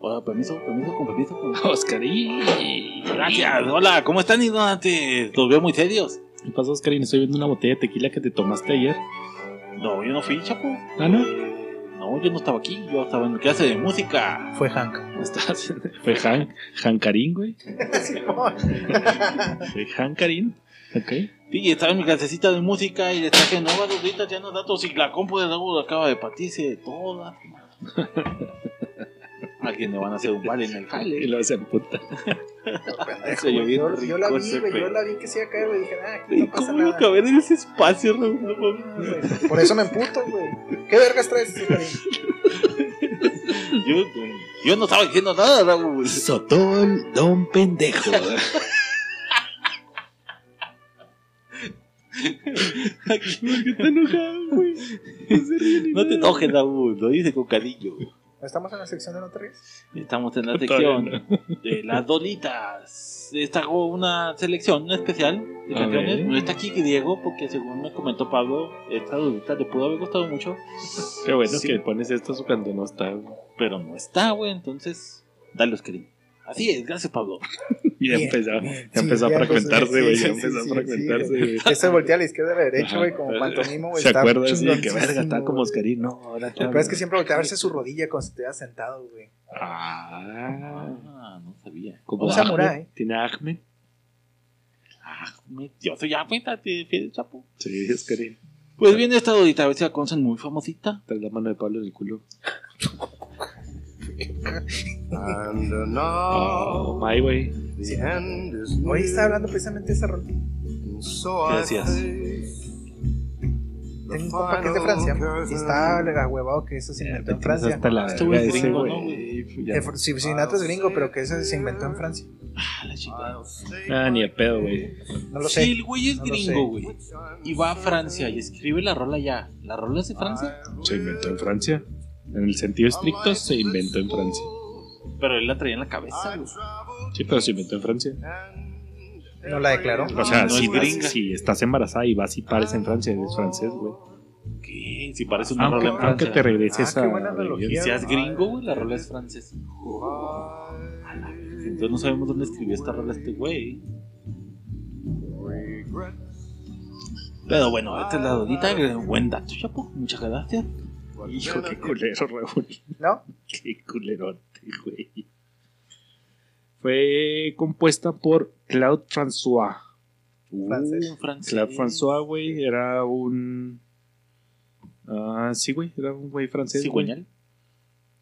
Hola, permiso, permiso, con permiso, con Oscarín. Gracias, hola, ¿cómo están, ignorantes? Los veo muy serios. ¿Qué pasa, Oscarín? Estoy viendo una botella de tequila que te tomaste ayer. No, yo no fui, chapo. Ah, ¿no? No, yo no estaba aquí, yo estaba en clase de música. Fue Hank. ¿Cómo estás? Fue Han, Hancarín, güey. Fue Hancarín. Ok. Sí, estaba en mi clasecita de música y les traje nuevas duditas, ya no datos y la compu de Raúl acaba de partirse toda. Alguien le van a hacer un vale en el Y jale. lo hacen puta. Se oyó bien Yo, yo la rico vi, ese güey. Yo pedo. la vi que se iba a caer, güey. Dije, ah, aquí Güey, no pasa ¿Cómo lo nada. caber en ese espacio, Raúl? No mames. Ah, güey, Por eso me emputo, güey. ¿Qué vergas traes, Ismael? Yo, yo no estaba diciendo nada, Raúl. Sotol, don pendejo. No te enojes, Raúl. Lo hice con cariño. Estamos en la sección de no te rías. Estamos en la Todavía sección de las dolitas. Destacó una selección especial de A canciones. ver. No está aquí Diego porque según me comentó Pablo, esta dolita le pudo haber gustado mucho, Qué bueno Sí. que pones esto su cuando no está. pero no está, güey. Entonces, dale cariño. Así es, gracias Pablo. Y ya Bien, empezaba, bien, sí, ya empezó a ya empezó, fragmentarse, sí, güey. sí, Ya sí, empezó a sí, fragmentarse, güey. Este voltea a la izquierda y a la derecha, Ajá. güey, como pantomimo, güey. ¿Se está acuerda? Sí, que chingoncísimo, verga, está como güey. Oscarín, ¿no? Ahora Lo peor es que siempre voltea a verse su rodilla cuando se te ha sentado, güey. Ah, Ah, no sabía. como Un Ahmed. samurái. ¿Tiene a Ahmed? Ah, me- Dios, ya cuéntate, fiel chapo. Sí, Oscarín. Pues bien, esta dolita, a ver si la conocen muy famosita. Tras la mano de Pablo en el culo. And Oh, now my way. the end is Hoy near, está hablando precisamente de esa rolita. and so I Gracias. face the Tengo un compa que es de final Francia y curtain. está agüevado que eso se inventó en Francia. Hasta la Estuvo verga ese, Este gringo, ¿no, güey. Ya El fr- si- Sinatra es gringo, pero que eso se inventó en Francia. Ah, la chica. I'll stay no. Ah, ni el pedo, güey. No lo Si sé. el güey es no lo sé. gringo, güey, y va a Francia y escribe la rola ya, ¿la rola Ah. es de Francia? Se inventó en Francia. En el sentido estricto, se inventó en Francia. Pero él la traía en la Ah, cabeza, güey. Sí, pero se inventó en Francia. No la declaró. O sea, No si, es gringa. vas- si estás embarazada y vas y pares en Francia, eres francés, güey. ¿Qué? Si parece una Aunque, rola en aunque Francia. te regreses Ah, qué a... buena analogía. Y seas gringo, güey, la rola es francesa. Entonces no sabemos dónde escribió esta rola este güey. Pero bueno, esta es la donita. eh, Buen dato, chapo. Muchas gracias. Hijo, qué culero, Raúl. ¿No? Qué culerote, güey. Fue compuesta por Claude François. Uh, Francés. Un francés. Claude François, güey, era un... Ah, sí, güey, era un güey francés. güey. Cigüeñal.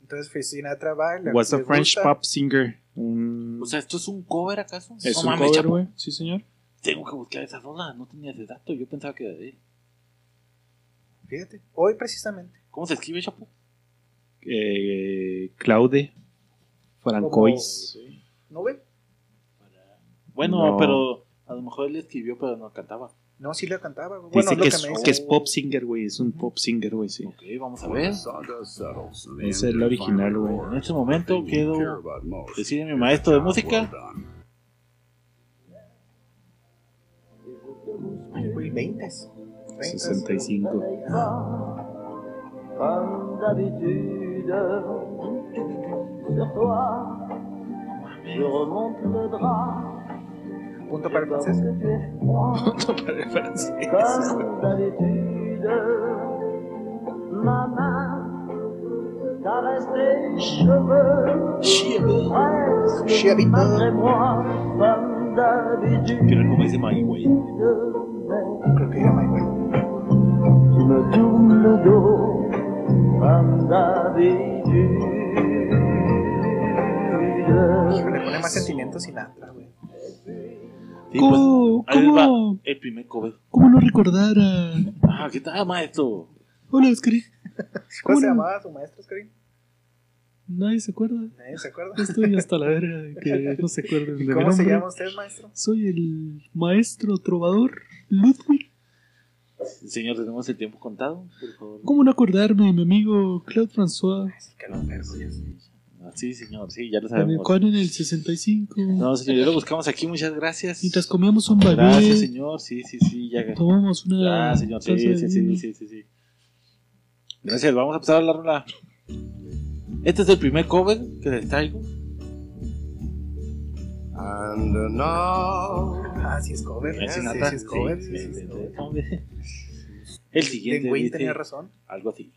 Entonces fue Sinatra va. la- Was a le French gusta. Pues, pop singer. Un- O sea, ¿esto es un cover acaso? es No un mames, cover, chapo. güey. Sí, señor. Tengo que buscar esa rola. No tenía ese dato. Yo pensaba que era de él. Fíjate. Hoy precisamente. ¿Cómo se escribe, chapo? Eh, Claude Francois. ¿No ve? Bueno, No. pero a lo mejor él escribió, pero no cantaba. No, sí la cantaba. güey. Bueno, Dice lo que, que, es, me dice. que es pop singer, güey. Es un pop singer, güey, sí. Ok, vamos a ver. Es el original, güey. En este momento quiero decir a mi maestro de música. Ay, güey, 20. 20. 65. Comme d'habitude, sur toi, je remonte le drap. Punto para el francés. Comme tu es froid, pues, comme d'habitude, ma main caresse tes cheveux. Chérie. Presque malgré moi, comme Quiero d'habitude. ver cómo dice Maggie, güey. mais Creo que era Michael. Tu me tournes le dos comme d'habitude. Hijo, le pone más sentimiento Sinatra, güey. Sí, pues, ¿Cómo? ahí va ¿Cómo? el primer cover. ¿Cómo no recordar a... Ah, ¿qué tal, maestro? Hola, Oscarín. ¿Cómo se Uno. llamaba su maestro, Oscarín? Nadie se acuerda. Nadie se acuerda. Yo Estoy hasta la verga de que no se acuerden de mi ¿Cómo se nombre. llama usted, maestro? Soy el maestro trovador Ludwig. Señor, tenemos el tiempo contado, por favor. ¿Cómo no acordarme de mi amigo Claude François? Es que lo perro, ya sé. Ah, sí, señor, sí, ya lo Con el sabemos. cual en el 65. No, señor, ya lo buscamos aquí, muchas gracias. Mientras comíamos un baguette, Gracias, señor, sí, sí, sí, ya. tomamos una. Ya, señor, sí, taza de sí, sí, vino. sí, sí, sí. Gracias, vamos a pasar a la rola. Este es el primer cover que les traigo. And now Ah, sí es cover. Es Sí, Sinatra. sí es cover. Sí, sí, sí sí, es sí, cover. sí. El siguiente Dwayne dice tenía razón. algo así.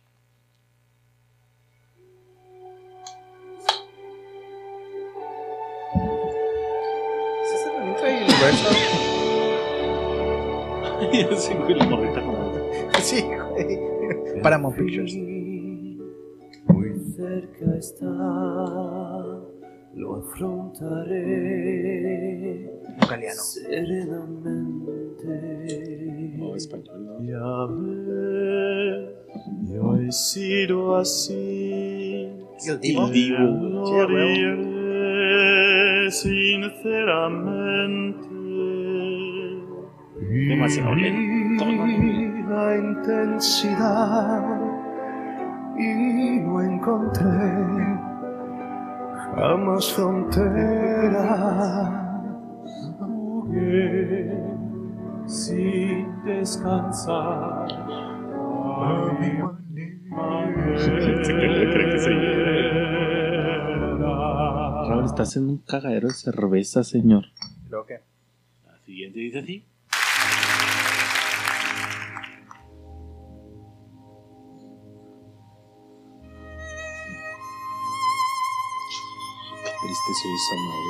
¿Sí es el intro y el verso? Así, güey, la morrita como- Sí, güey. Paramount Pictures. Muy cerca está, lo afrontaré Galeano. serenamente. No, español, ¿no? Ya ves, yo he sido así. Y el Y Divo. digo, Lo diré sinceramente. demasiado lento. ¿no? la intensidad y no encontré jamás frontera. Jugué sin descansar a mi cree- cree que se manera. Raúl, está haciendo un cagadero de cerveza, señor. Creo que. La siguiente dice así. Qué triste soy esa madre.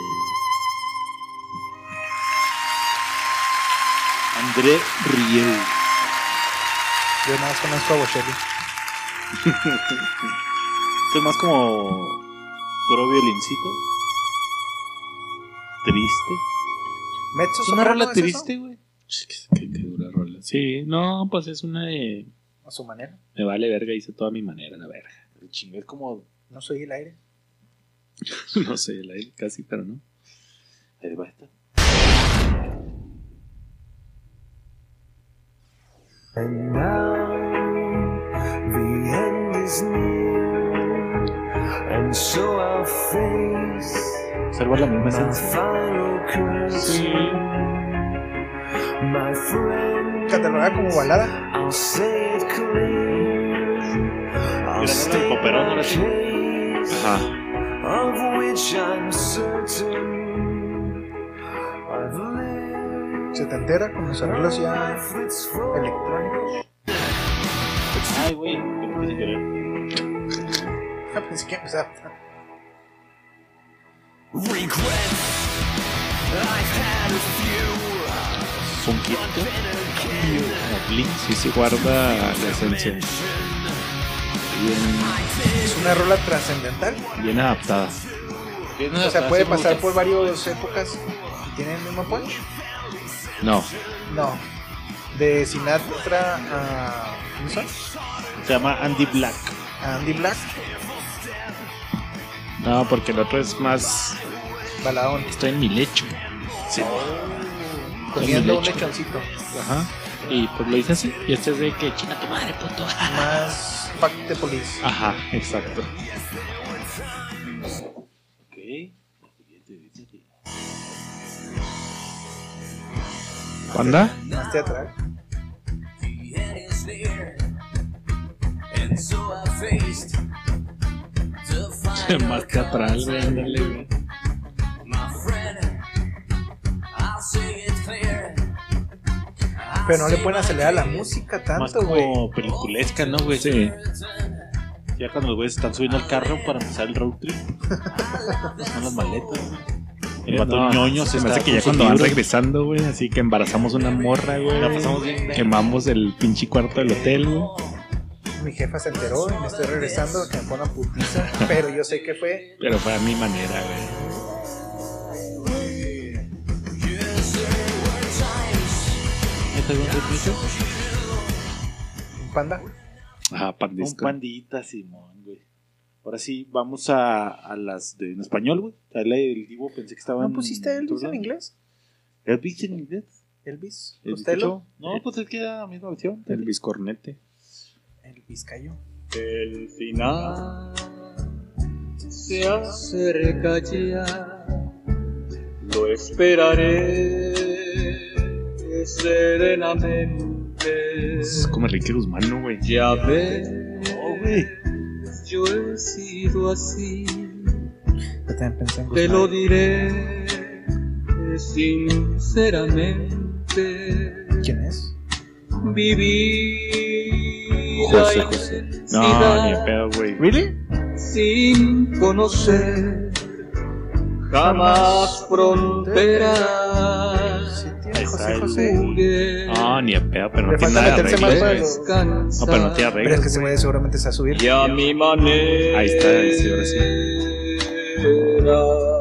André Rieu. Yo nada más conozco a Bocelli. Esto es más como puro violincito. Triste. Mezzo Es una rola ¿es eso? triste, güey. Qué, qué dura rola. Sí, no, pues es una de. A su manera. Me vale verga, hice toda mi manera, la verga. El chingo es como. No soy el aire. No sé, la casi, pero no. Ahí va esta. And now the end is near, and so I'll face Salva la misma my esencia. final question. My friend, Catalogada como balada. I'll say it clear. I'll Mira, state el poperón, my ahora sí. case, Ajá. of which I'm certain I've lived Se te entera con los arreglos a ya life that's full electrónicos. Ay, güey. Lo puse sin querer. Ah, pensé que empezaba. Regrets. I've had a few. Funkito. Been again. Como Blink, sí se guarda la esencia. Bien, Es una rola trascendental. bien adaptada. O sea, puede pasar por varias épocas y tiene el mismo punch. No, No. De Sinatra a. ¿cómo se llama? Se llama Andy Black. A Andy Black, no, porque el otro es más. baladón. Estoy en mi lecho. Sí. Comiendo un lecho. lechoncito. Ajá. Y pues lo hice así. Y este es de que chinga tu madre, puto. Más Pack de Police. Ajá, exacto. Ok. La siguiente dice así. ¿Cuándo? Más teatral. The end is near. And so I faced the final Más teatral, güey, ándale, güey. My friend, I'll say it clear. I'll Pero no le say pueden my acelerar la dreams música Más tanto, güey. como peliculesca, ¿no, güey? Sí. return. Ya cuando los güeyes están subiendo al carro para empezar el road trip. Son las maletas, güey. El vato No, ñoño se me está hace que ya con su cuando van libro. regresando, güey, así que embarazamos una morra, güey. La pasamos bien. Quemamos el pinche cuarto del hotel, güey. Mi jefa se enteró y me estoy regresando. Que me pone una putiza. Pero yo sé que fue. Pero fue a mi manera, güey. eh, ¿Este es un ritmito? Un panda. Ajá, pan Un disco. pandita, Simón, güey. Ahora sí, vamos a, a las de en español, güey. Ahí la del Divo pensé que estaba ¿No en- pusiste Elvis en inglés? ¿Elvis en inglés? Elvis. ¿El ¿Usted lo? bizcocho? No, pues es que era la misma opción. El biscornete. Elvis cayó. El final se acerca ya, lo esperaré serenamente. Es como Enrique Guzmán, ¿no, güey. Ya ves, No, güey. yo he sido así, Yo también pensé en te Guzmán. lo diré sinceramente. ¿Quién es? Vivir José, la José. No, ni en intensidad pedo, güey. ¿Really? sin conocer jamás fronteras. Ah, Sí, tío. Ahí está José el- José. Jugué No, ni en pedo, pero no Le tiene falta nada de meterse más arreglos, para güey. los- No, pero Pero no tiene descansar. es que arreglos. se güey seguramente se va a subir. Y a mi manera. Ahí está, sí, ahora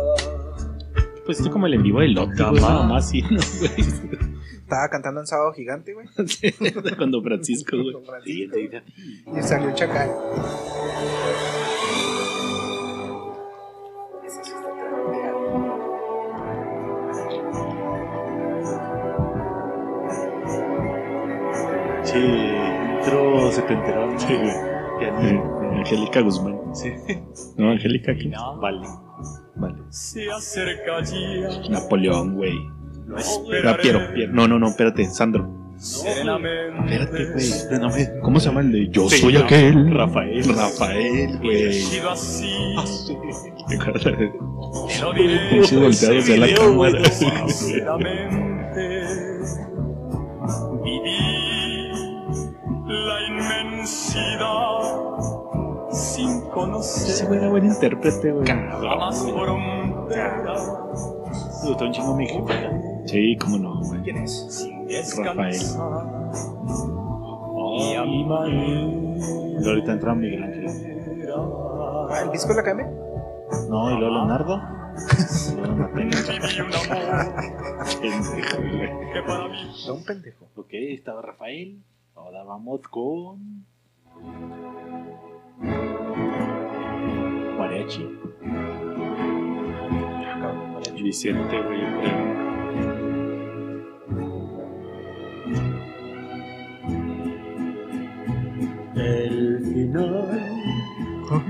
sí. Pues esto como el en vivo del Lotte, güey. Jamás. Nomás sí, ¿no, güey? Estaba cantando en Sábado Gigante, güey. Sí, Cuando Francisco, güey. Con Sí, Francisco, ya te dije a ti. Y salió un chacal. Che, intro setentero. Sí, güey. Ya ni- Eh, Angélica Guzmán. Sí. No, Angélica. ¿qué? Nada Vale. Vale. se acerca ya. Napoleón, güey. Oh, Era Lo esperaré Piero, Piero. No, no, no, espérate, Sandro. serenamente. Espérate, güey. espérame. ¿Cómo se llama el de Yo este Sí, soy no. aquel? Rafael. Rafael, He güey. sido así, ¿Te acuerdas? te lo diré Pinche volteado hacia la video, güey, cámara. sinceramente. Viví la inmensidad sin Ese conocer güey era buen intérprete, güey. jamás frontera, Me gustó un chingo mi jefa. Sí, cómo no, güey. ¿Quién es? sin descansar. Y a mi Y manera. ahorita entra Miguel Ángel. Ah, ¿El disco la cambia? No, y luego Leonardo. Y luego Mateo. Viví un amor Pendejo, güey. que para mí Está un pendejo. ok, estaba Rafael. Ahora vamos con. Mariachi. Vicente, güey. yo creo. El final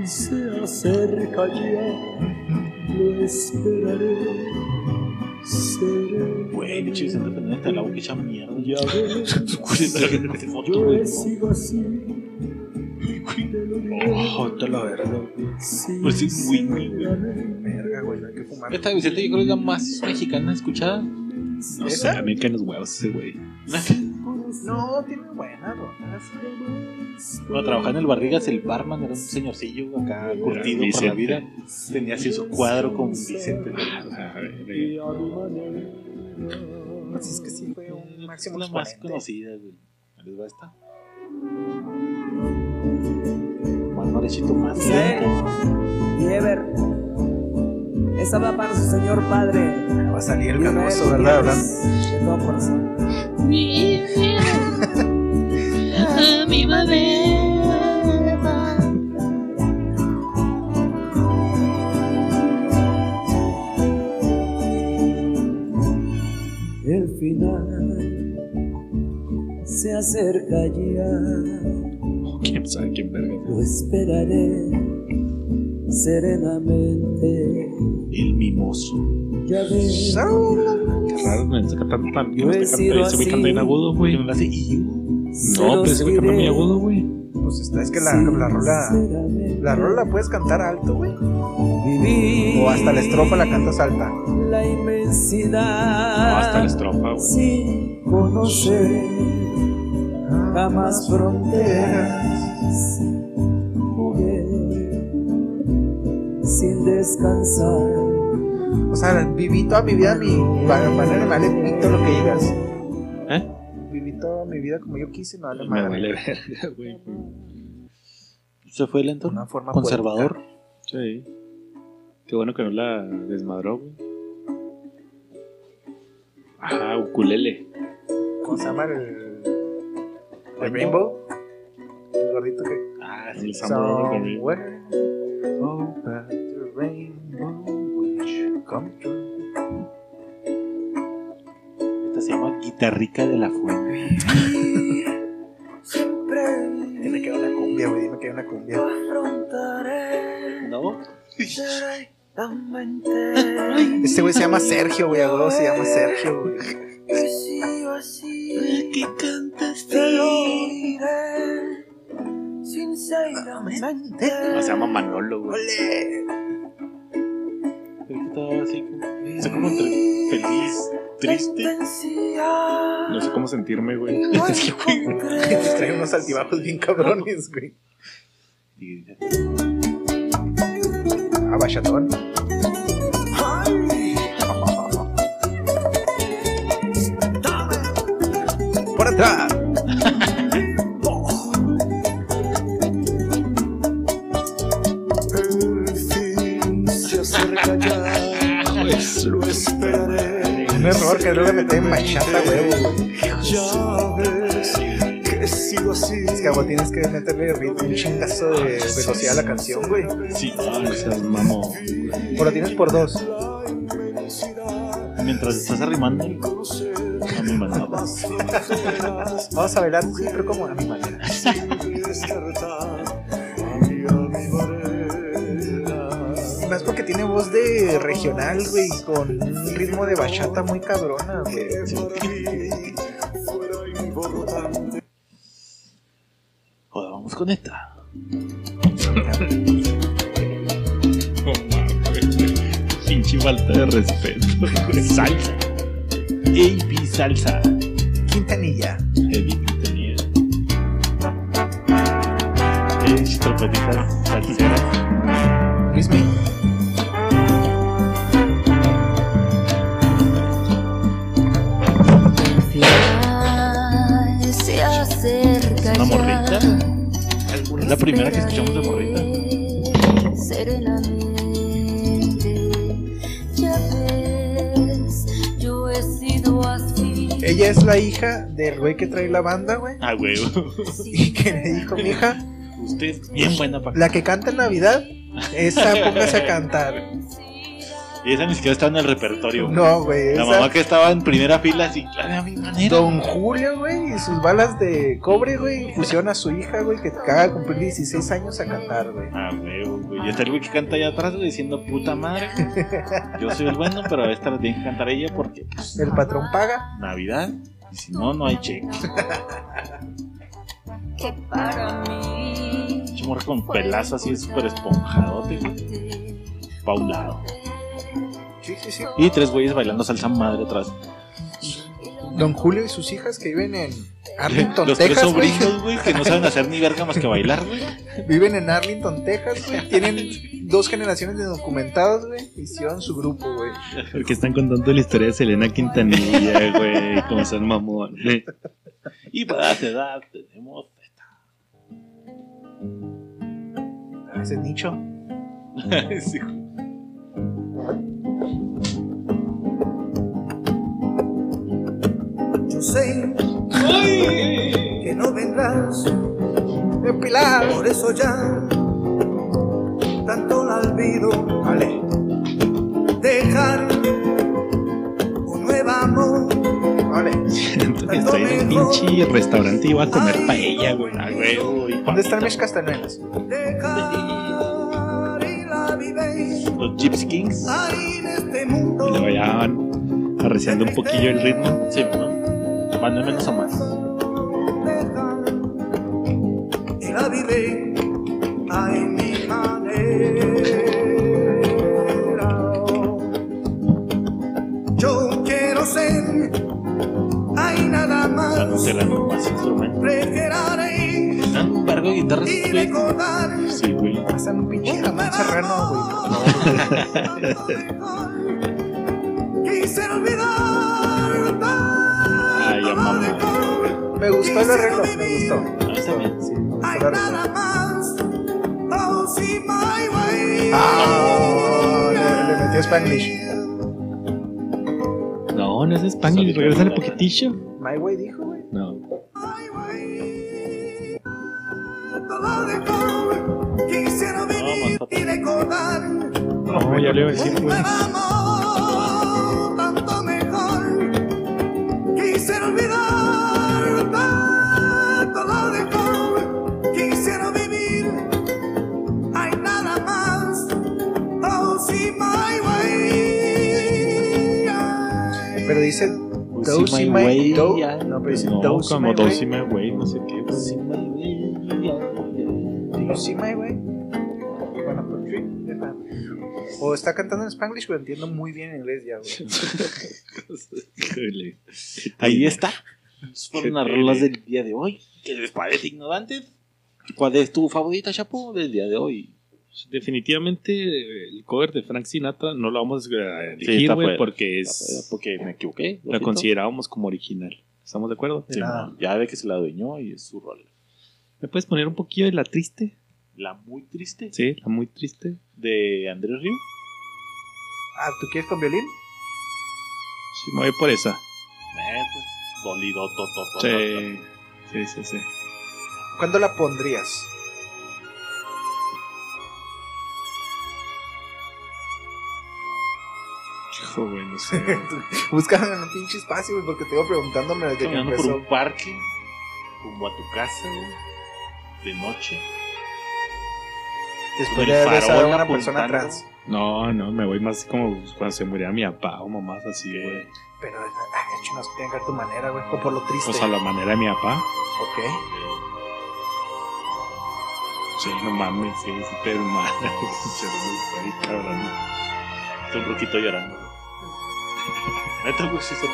se acerca ya, lo esperaré, seré Güey, pinche Vicente Fernández de la boca hecha mierda. ya ves, yo he Pues sido así, te lo diré, Oh, tá te la verga. sí, güey, güey, güey. Verga, güey, no hay que fumar. Esta de Vicente yo creo que es la más mexicana escuchada. No sé, ¿Esa? a mí me caen los huevos ese güey. No, tiene buenas rolas. Cuando trabajaba en el Barrigas, el barman era un señorcillo acá curtido por la Vicente. vida. Tenía así su cuadro con Vicente. A ver, a mi manera. Pues es que sí fue un máximo la más exponente. conocida, güey. ¿Les va esta? Más marechito, más lento. Ever estaba para su señor padre. Va a salir el Leonel canoso, ¿verdad? Hablando. Gutiérrez, De todo corazón. Mi a mi manera. El final se acerca ya. ¿Quién sabe quién verga? Lo esperaré serenamente. El mimoso. Ya ves, Qué raro, me está cantando tan Yo bien. he Este sido canta- ese güey canta bien así. agudo, güey. Que me la hace y- No, se pero los ese güey canta diré muy agudo, güey. Pues está, es que la, la rola. sinceramente. La rola la puedes cantar alto, güey. Viví O hasta la estrofa la cantas alta. La No, inmensidad. hasta la estrofa, güey. sin conocer jamás fronteras. Jugué sin descansar. O sea, viví toda mi vida, mi para manera me vale pito lo que digas. ¿Eh? Viví toda mi vida como yo quise, me vale Me vale madre. verga, güey. Se fue lento. Una forma Conservador. Sí. Qué bueno que no la desmadró, güey. Ah, ukulele. poética. ¿Cómo se llama el. el Rainbow? El gordito que. Ah, sí, el Somewhere over the rainbow will come true. Esta se llama Guitarrica de la Fuente. Dime que era una cumbia, güey. Dime que era una cumbia. ¿No? Este güey se llama Sergio, güey. A huevo se llama Sergio, güey. Que cantas Ah, se llama Manolo, güey. Creo que estaba así como. Está como entre feliz, triste. No sé cómo sentirme, güey. Es que, güey, Pues trae unos altibajos bien cabrones, güey. y dice, Ah, bachatón. Por atrás. Se acerca ya, lo esperaré. Un error que no le metí en bachata, huevo, güey. Ya ves que he sido así. Es que, güey, tienes que meterle rit- un chingazo de velocidad a la canción, güey. Sí, no, no seas mamón. O lo tienes por dos. Mientras estás arrimando, a mi manaba. Vamos a bailar, sí, pero como a mi manera. Descartar a mi tiene voz de regional, güey, con un ritmo de bachata muy cabrona, güey. Joder, vamos con esta. No mames. Pinche falta de respeto. Salsa. AP Salsa. Quintanilla. Heavy que tenía. Es trompetitas salseras. Luis Miguel. Fly se acerca ¿Es una morrita? ya. La primera que escuchamos de morrita. Serenamente, ya ves, yo he sido así. Ella es la hija del güey que trae la banda, güey. Ah, güey. Y que le dijo, mija, Usted es bien buena para la que canta en Navidad, esa póngase a cantar. Y esa ni siquiera está en el repertorio. güey. No, güey. La esa- mamá que estaba en primera fila, así, claro, a mi manera. Don Julio, güey, y sus balas de cobre, güey, pusieron a su hija, güey, que acaba de cumplir 16 años a cantar, güey. Ah, huevo, güey. Y está el güey que canta allá atrás, güey, diciendo puta madre. güey. Yo soy el bueno, pero a esta la tiene que cantar ella porque, pues, El patrón paga. Navidad. Y si no, no hay cheque. Que para mí Chimorra con pelazo así súper esponjadote, güey. Paulado. Sí, sí, sí. Y tres güeyes bailando salsa madre atrás. Don Julio y sus hijas que viven en Arlington, Los tres Texas, güey. sobrinos, güey, que no saben hacer ni verga más que bailar, güey. Viven en Arlington, Texas, güey. Tienen dos generaciones de documentados, güey. Hicieron su grupo, güey. Porque están contando la historia de Selena Quintanilla, güey. Como son mamón. Y para esa edad tenemos. A veces nicho. Sí, güey. Yo sé que no vendrás, ¡El Pilar! por eso ya tanto la olvido. Vale. Dejar un nuevo amor. Vale. Entonces estoy en el pinche restaurante y iba a comer paella, güey. Ah, güey. Y ¿Dónde cuando están mis castañuelas? Dejar y la vivéis Los Gypsy Kings. ahí en este mundo. Le vayan arreciando un poquillo el ritmo. Sí, ¿no? Van de menos a más. Y la vive a mi manera. Yo quiero ser, hay nada O sea, no más. se la más instrumentos. Preferiré Están un vergo de guitarras, y güey. recordar Sí, güey. Pasan un pinche jamón serrano, güey. por favor. Quise olvidarte. Ay, ya mamá. Me gustó el arreglo, me gustó. A mí también. Sí, me gustó Hay el arreglo. nada más. Oh, see my way. Ah, le, le metió Spanglish. No, no es Pues Spanglish. Regresale poquitillo. My way dijo, güey. No. Quisiera vivir papá. y recordar un No, ya le iba a decir, güey. nuevo amor, tanto mejor. Quisiera olvidar tanto lo dejó. Quisiera vivir, hay nada más. Oh, see my way. Pero dice Pues sí, Dozy my My way, Do. ya. No, pero dice No, Dozy My como dos y Way. me, güey, no sé qué. güey. Sí, my way, ya, ya. Dozy My Way. Bueno, pues sí, deja. O está cantando en Spanglish, pero entiendo muy bien inglés ya, güey. Híjole. Ahí está. Fueron las Qué rolas tele. del día de hoy. ¿Qué les parece ignorantes? ¿Cuál es tu favorita, Chapo, del día de hoy? Definitivamente el cover de Frank Sinatra no lo vamos a está elegir, güey, fuera. porque Es- es Porque me equivoqué. lo la siento. considerábamos como original. ¿Estamos de acuerdo? Sí, no, ya ve que se la adueñó y es su rol. ¿Me puedes poner un poquillo de la triste? La muy triste Sí, la muy triste. de Andrés Río. Ah, ¿tú quieres con violín? Sí, me voy por esa. Neta, Dolido, to, to, to, Sí, to, to. sí, sí. sí. ¿Cuándo la pondrías? Hijo, güey, no sé. Búscame en un pinche espacio, güey, porque te iba preguntándome desde que Caminando por empezó. un parque, rumbo a tu casa, güey, de noche. Después Con de el besar farol a Pues una persona apuntando. trans. No, no, me voy más como cuando se muriera mi papá o mamás así, güey. Pero ah, chingas, tiene que ver tu manera, güey. O por lo triste. O sea, la manera de mi papá. ok. Sí, no mames, sí, pero mal. Ahí, cabrón. Está un roquito llorando. Neta, güey, sí, solo.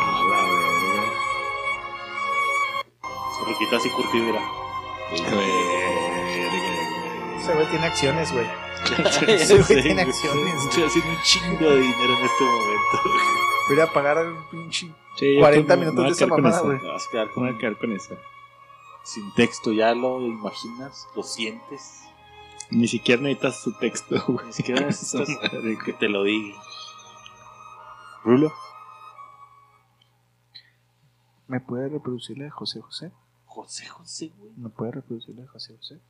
A la Un roquito así curtido, mira. verga. Verga, Ese güey tiene acciones, güey. Ya Ese güey sé, tiene güey. acciones. Estoy haciendo un chingo de dinero en este momento. Voy a ir a pagar un pinche. Sí, yo 40 creo que me minutos voy a de esa quedar con mamada, esa. güey. Te vas a quedar Me con voy a quedar con esa. sin texto, ya lo imaginas, lo sientes. Ni siquiera necesitas su texto, güey. Ni siquiera necesitas Esa madre, que te lo diga. Rulo. ¿Me puede reproducir la de José José? José, José, güey. ¿Me puede reproducir la de José José?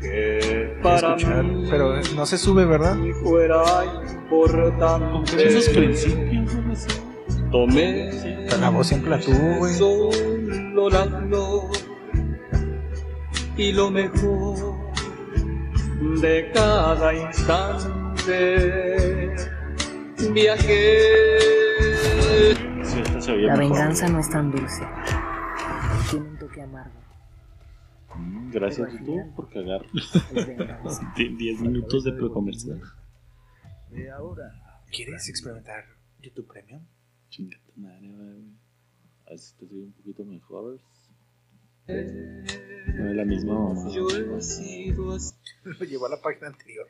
Que Para escuchar, pero no se sube, ¿verdad? si fuera Eh, importante. Esos principios, no sé. Tomé Pero la voz siempre la tuvo, güey. solo las flores y lo mejor de cada instante. Viajé Sí, esta se veía La mejor. venganza no es tan dulce. Tiene un toque amargo. Mm, Gracias tú por cagar. Es venganza. 10 minutos de precomercial. De ahora. ¿Quieres experimentar YouTube Premium? Chingate madre, güey. A ver si te soy un poquito mejor. No es la misma mamá. yo he sido así. Lo llevó a la página anterior.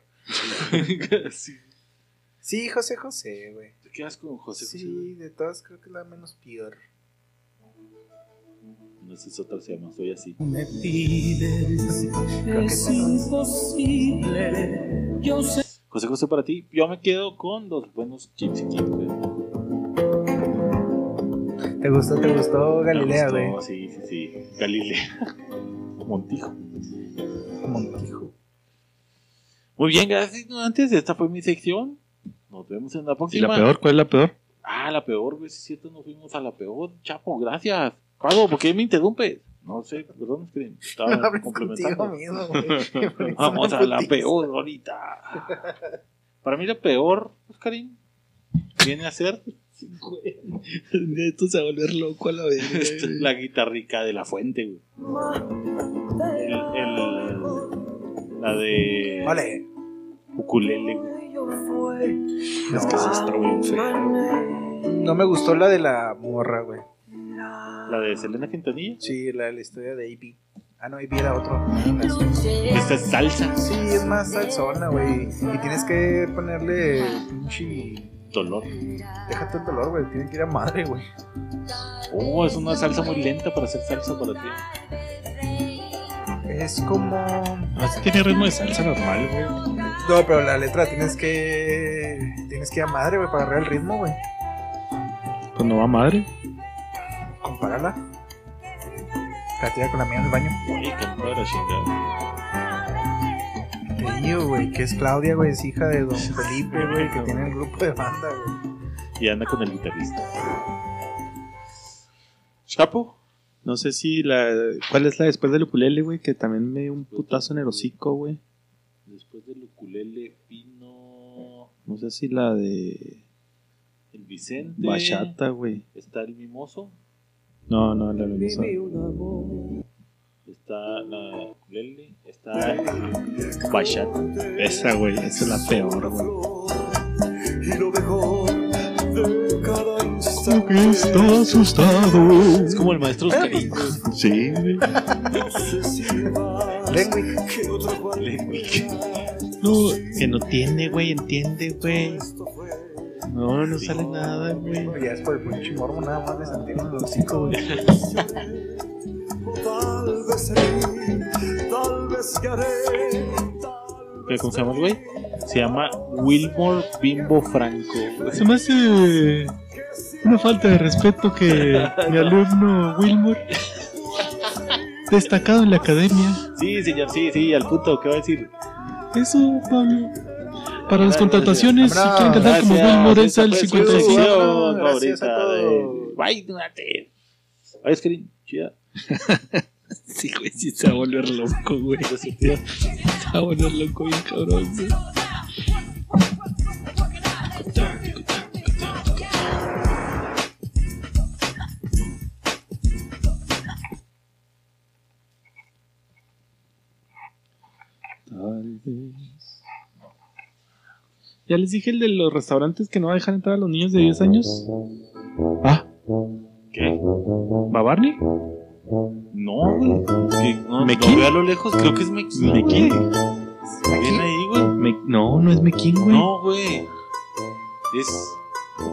sí. Sí, José José, güey. ¿Te quedas con José, José? Sí, de todas creo que es la menos peor. No sé si otra se llama, soy así. Me pides, Creo que es no. imposible. Yo sé José José para ti, yo me quedo con los buenos Gypsy Kings, güey. ¿Te gustó, te gustó Me Galilea, gustó, güey? Sí, sí, sí. Galilea. Montijo. Montijo. Muy bien, gracias, antes Esta fue mi sección. Nos vemos en la ¿Y próxima. la peor? ¿Cuál es la peor? Ah, la peor, güey. Si es cierto, nos fuimos a la peor. Chapo, gracias. Pago, ¿por qué me interrumpes? No sé, perdón, es que estaba Hablas contigo complementando. mismo, güey. Por eso Vamos me a la putiza. peor ahorita. Para mí la peor, Oscarín, viene a ser Esto se va a volver loco a la vez. la guitarrica de la fuente, güey. El, el- la de Vale. ukulele, güey. Es que sí está bien feo. No me gustó la de la morra, güey. La de Selena Quintanilla. Sí, la de la historia de AP. Ah, no, AP era otro. Esta es salsa, Sí, es más salsona, güey. Y tienes que ponerle pinche. dolor. Déjate el dolor, güey. Tiene que ir a madre, güey. Oh, es una salsa muy lenta para hacer salsa para ti. Es como. Ah, sí tiene ritmo de salsa normal, güey. No, pero la letra tienes que. Tienes que ir a madre, güey, para agarrar el ritmo, güey. Pues no va madre. Compararla. La tira con la mía en el baño. Oye, qué padre, chingada. Te digo, güey, que es Claudia, güey, es hija de Don Felipe, güey, que tiene el grupo de banda, güey. Y anda con el guitarrista. Chapo. No sé si la. ¿Cuál es la después del ukulele, güey? Que también me dio un putazo en el hocico, güey. Después del ukulele vino No sé si la de. el Vicente. Bachata, güey. Está el mimoso. No, no, la misma. Está la ukulele. Está el bachata. Esa, güey. Esa es la peor, güey. y lo mejor de cada instante. Porque está asustado. Es como el maestro Oscarín. Sí, güey. No sé si vas, Lenguic. que otro cual fuera. No, que no tiene, güey. Entiende, güey. Esto fue No, no sale nada, güey. Ya es por el pinche morbo nada más de sentirnos los cinco, güey. o tal vez seré, tal vez que haré, tal ¿Cómo vez se llama el güey? Se llama Wilmore Bimbo Franco. Se me hace una falta de respeto que mi alumno Wilmore, destacado en la academia, Sí, señor, sí, sí, al punto, ¿qué va a decir? eso, Pablo. Para Gracias. las contrataciones, si Vámonos, quieren cantar como Wilmore, es esta al fue su 56. Gracias sección a favorita todos. de- Bye, Dunate. Ay, Oscarín, chida. Sí, güey, sí se va a volver loco, güey. Se va a volver loco bien cabrón, güey. Tal vez. Ya les dije el de los restaurantes que no va a dejar entrar a los niños de 10 años. Ah, ¿Qué? ¿va Barney? No, güey. Que- No, ¿Mequín? Lo veo a lo lejos, creo que es Mequín. ¿Mequín? Está bien ahí, güey. Me- no, no es Mequín, güey. No, güey. Es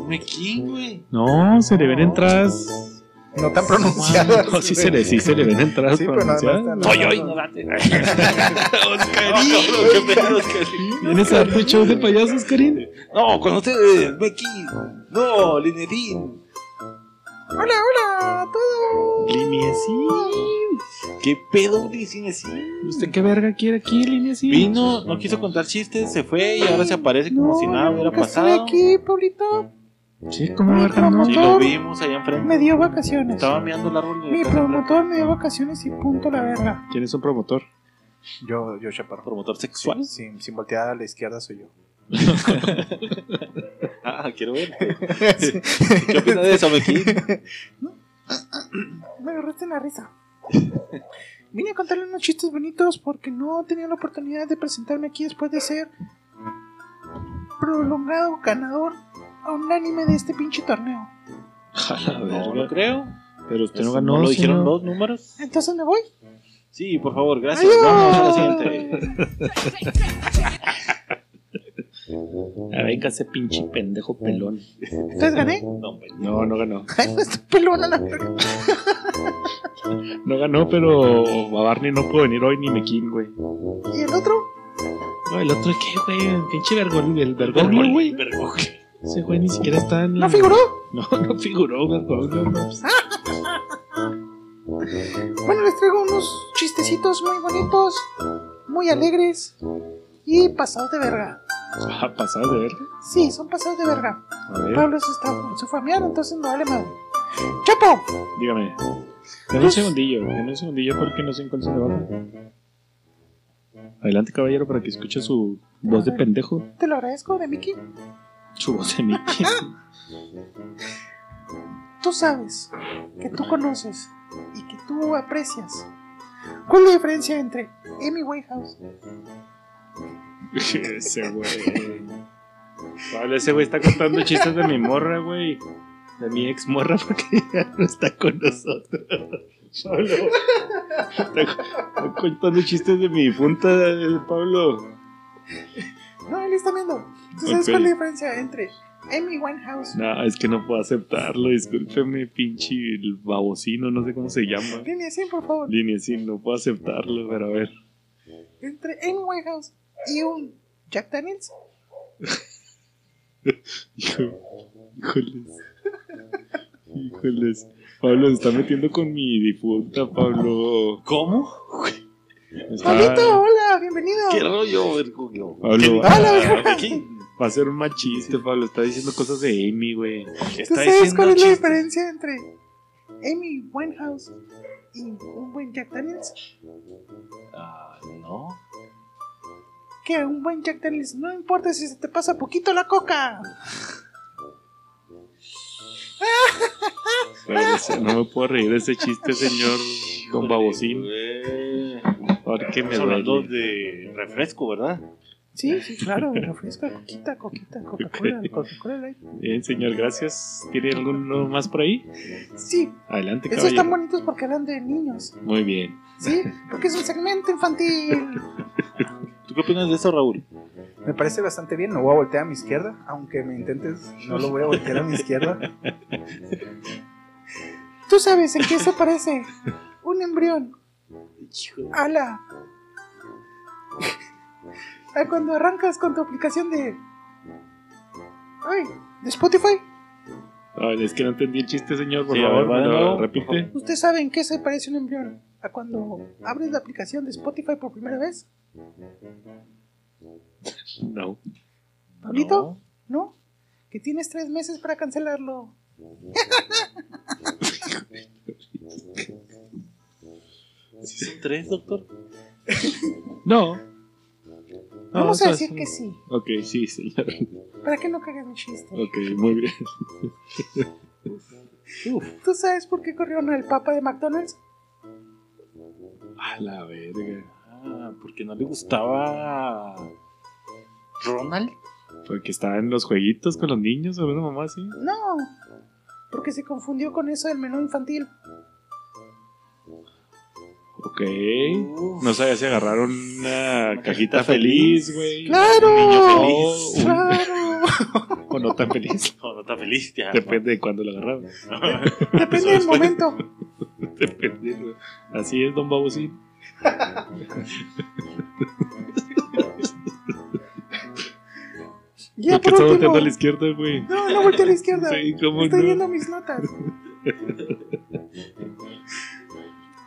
Mequín, güey. No, se le ven entradas. No tan pronunciadas. No, sí se le, sí se le ven entradas Sí, pero no- no pronunciadas. están- Oye, oye, no, no no. date. Oscarín, qué pedo, Oscarín. ¿Vienes a dar tu show de payasos, Karin? No, con ustedes, Mequín. No, Linedín. Hola, hola a todos. Linecín. ¿Qué pedo, Linecín? ¿Usted qué verga quiere aquí, línea así? Vino, no quiso contar chistes, se fue y ahora se aparece como si nada hubiera nunca estuve pasado. aquí, Pablito. Sí, ¿cómo verga no? Sí, lo vimos allá Me enfrente. dio vacaciones. Estaba mirando el árbol de Mi Casa Blanca. promotor me dio vacaciones y punto la verga. ¿Quién es un promotor? Yo, yo, Chaparro. Promotor sexual. Sin, sin voltear a la izquierda soy yo. Ah, quiero ver. ¿Qué opinas de eso, Mequín? Me agarraste en la risa. Vine a contarle unos chistes bonitos porque no tenía la oportunidad de presentarme aquí después de ser prolongado ganador a un anime de este pinche torneo. A la No, verga. no creo. Pero usted no Eso ganó. ¿No lo sí, dijeron no. dos números? Entonces me voy. Sí, por favor, gracias. Vamos a la siguiente. Ah, véngase, pinche pendejo pelón. Entonces gané. No, hombre. No, no ganó. Ay, no, estoy pelón a la verga. No ganó, pero a Barney no pudo venir hoy ni Mequín, güey. ¿Y el otro? No, el otro, ¿qué, güey? Pinche vergón, el vergón, güey. Ese güey ni siquiera está en la. ¿No figuró? No, no figuró, vergón. no, pues. Bueno, les traigo unos chistecitos muy bonitos, muy alegres y pasados de verga. Ah, pasado de verga. Sí, son pasados de verga. A ver. Pablo se está con su familiar, entonces no vale madre. ¡Chapo! Dígame. Dame Pues- un segundillo, dame un segundillo porque no se encuentra debajo. Adelante, caballero, para que escuche su voz de pendejo. Te lo agradezco, de Mickey. Su voz de Mickey. Tú sabes, que tú conoces y que tú aprecias. ¿Cuál es la diferencia entre Amy Whitehouse? ese güey. Pablo, ese güey está contando chistes de mi morra, güey. De mi ex morra, porque ya no está con nosotros. Pablo. Está, está contando chistes de mi punta, Pablo. No, él está viendo. ¿Tú sabes Ok. cuál es la diferencia entre Amy Winehouse? No, es que no puedo aceptarlo. Discúlpeme, pinche el babocino, no sé cómo se llama. Línea 100, por favor. Línea, sí, no puedo aceptarlo, pero a ver. Entre Amy Winehouse y un Jack Daniels. Hijo- Híjoles. Híjoles. Pablo se está metiendo con mi difunta, Pablo. ¿Cómo? Está, Pablito, Ah, hola, bienvenido. ¿Qué rollo, Vergulio? Pablo va, Hola, verga. va a ser un mal chiste, Pablo. Está diciendo cosas de Amy, güey. ¿Tú sabes cuál es la diferencia entre Amy Winehouse y un buen Jack Daniels? Ah, no. Que un buen Jack Daniels, no importa si se te pasa poquito la coca. Pero, o sea, no me puedo reír de ese chiste, señor Don Babocín. Güey. Porque me Estamos hablando duele. de refresco, ¿verdad? Sí, sí, claro, me refresco, coquita, coquita, Coca-Cola, Coca-Cola Light. Bien, señor, gracias. ¿Tiene alguno más por ahí? Sí, Adelante, esos caballero. están bonitos porque eran de niños, Muy bien. ¿sí? Porque es un segmento infantil. ¿Tú qué opinas de eso, Raúl? Me parece bastante bien, no voy a voltear a mi izquierda, aunque me intentes, no lo voy a voltear a mi izquierda. Tú sabes en qué se parece un embrión a la... a Ah, cuando arrancas con tu aplicación de... Ay, de Spotify. Ay, es que no entendí el chiste, señor. Por Sí, a favor, ver, va de me lo nuevo, por repite. ¿Ustedes saben qué se parece un embrión a cuando abres la aplicación de Spotify por primera vez? No. ¿Pablito? ¿No? Que tienes tres meses para cancelarlo. ¿Sí son tres, doctor? No. No, Vamos eso a es decir un- que sí. Ok, sí, señor. ¿Para qué no cagas mi chiste? Ok, muy bien. Eh. ¿Tú sabes por qué corrieron al Papa de McDonald's? A la verga. Ah, porque no le gustaba Ronald. Porque estaba en los jueguitos con los niños, o una mamá así. No, porque se confundió con eso del menú infantil. Ok. No sabía si agarraron una cajita feliz, güey. ¡Claro! Ah, Niño feliz. ¡Claro! O no tan feliz. No, no está feliz, ya. Depende de cuándo la agarraron. Depende del momento. Depende. güey. Así es, don Babusín. Ya Porque por está último. volteando a la izquierda, güey. No, no volteé a la izquierda. Sí, cómo Estoy no. viendo mis notas.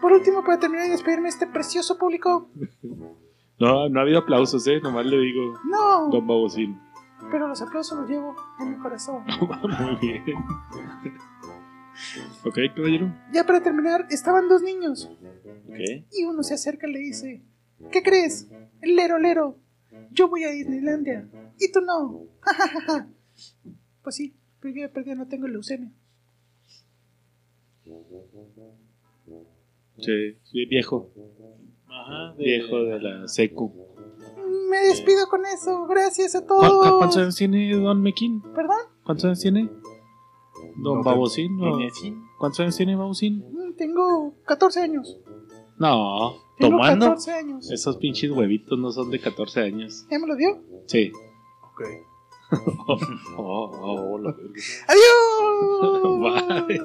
Por último, para terminar y despedirme de este precioso público. No, no ha habido aplausos, eh. Nomás le digo, No, don Babusín. pero los aplausos los llevo en mi corazón. Muy bien. Ok, caballero. Ya para terminar, estaban dos niños. Ok. Y uno se acerca y le dice: ¿Qué crees? Lero, lero. Yo voy a Disneylandia. Y tú no. Ja, ja, ja, ja. pues sí, pero yo de perdida no tengo leucemia. Sí, sí, viejo. Ajá, de- Viejo de la secu. Me despido con eso. Gracias a ¿Cu- cu- todos. ¿Cuántos años tiene Don Mequín? Oh. ¿Perdón? ¿Cuántos años tiene? Don No, Babosín. no. ¿Tiene así? ¿Cuántos años tiene Babosín? Mm, Tengo 14 años. No. Tengo ¿Tomando? 14 años. Esos pinches huevitos no son de 14 años. ¿Ya me lo dio? Sí. Ok. Oh, oh, oh, la verga. ¡Adiós! Bye.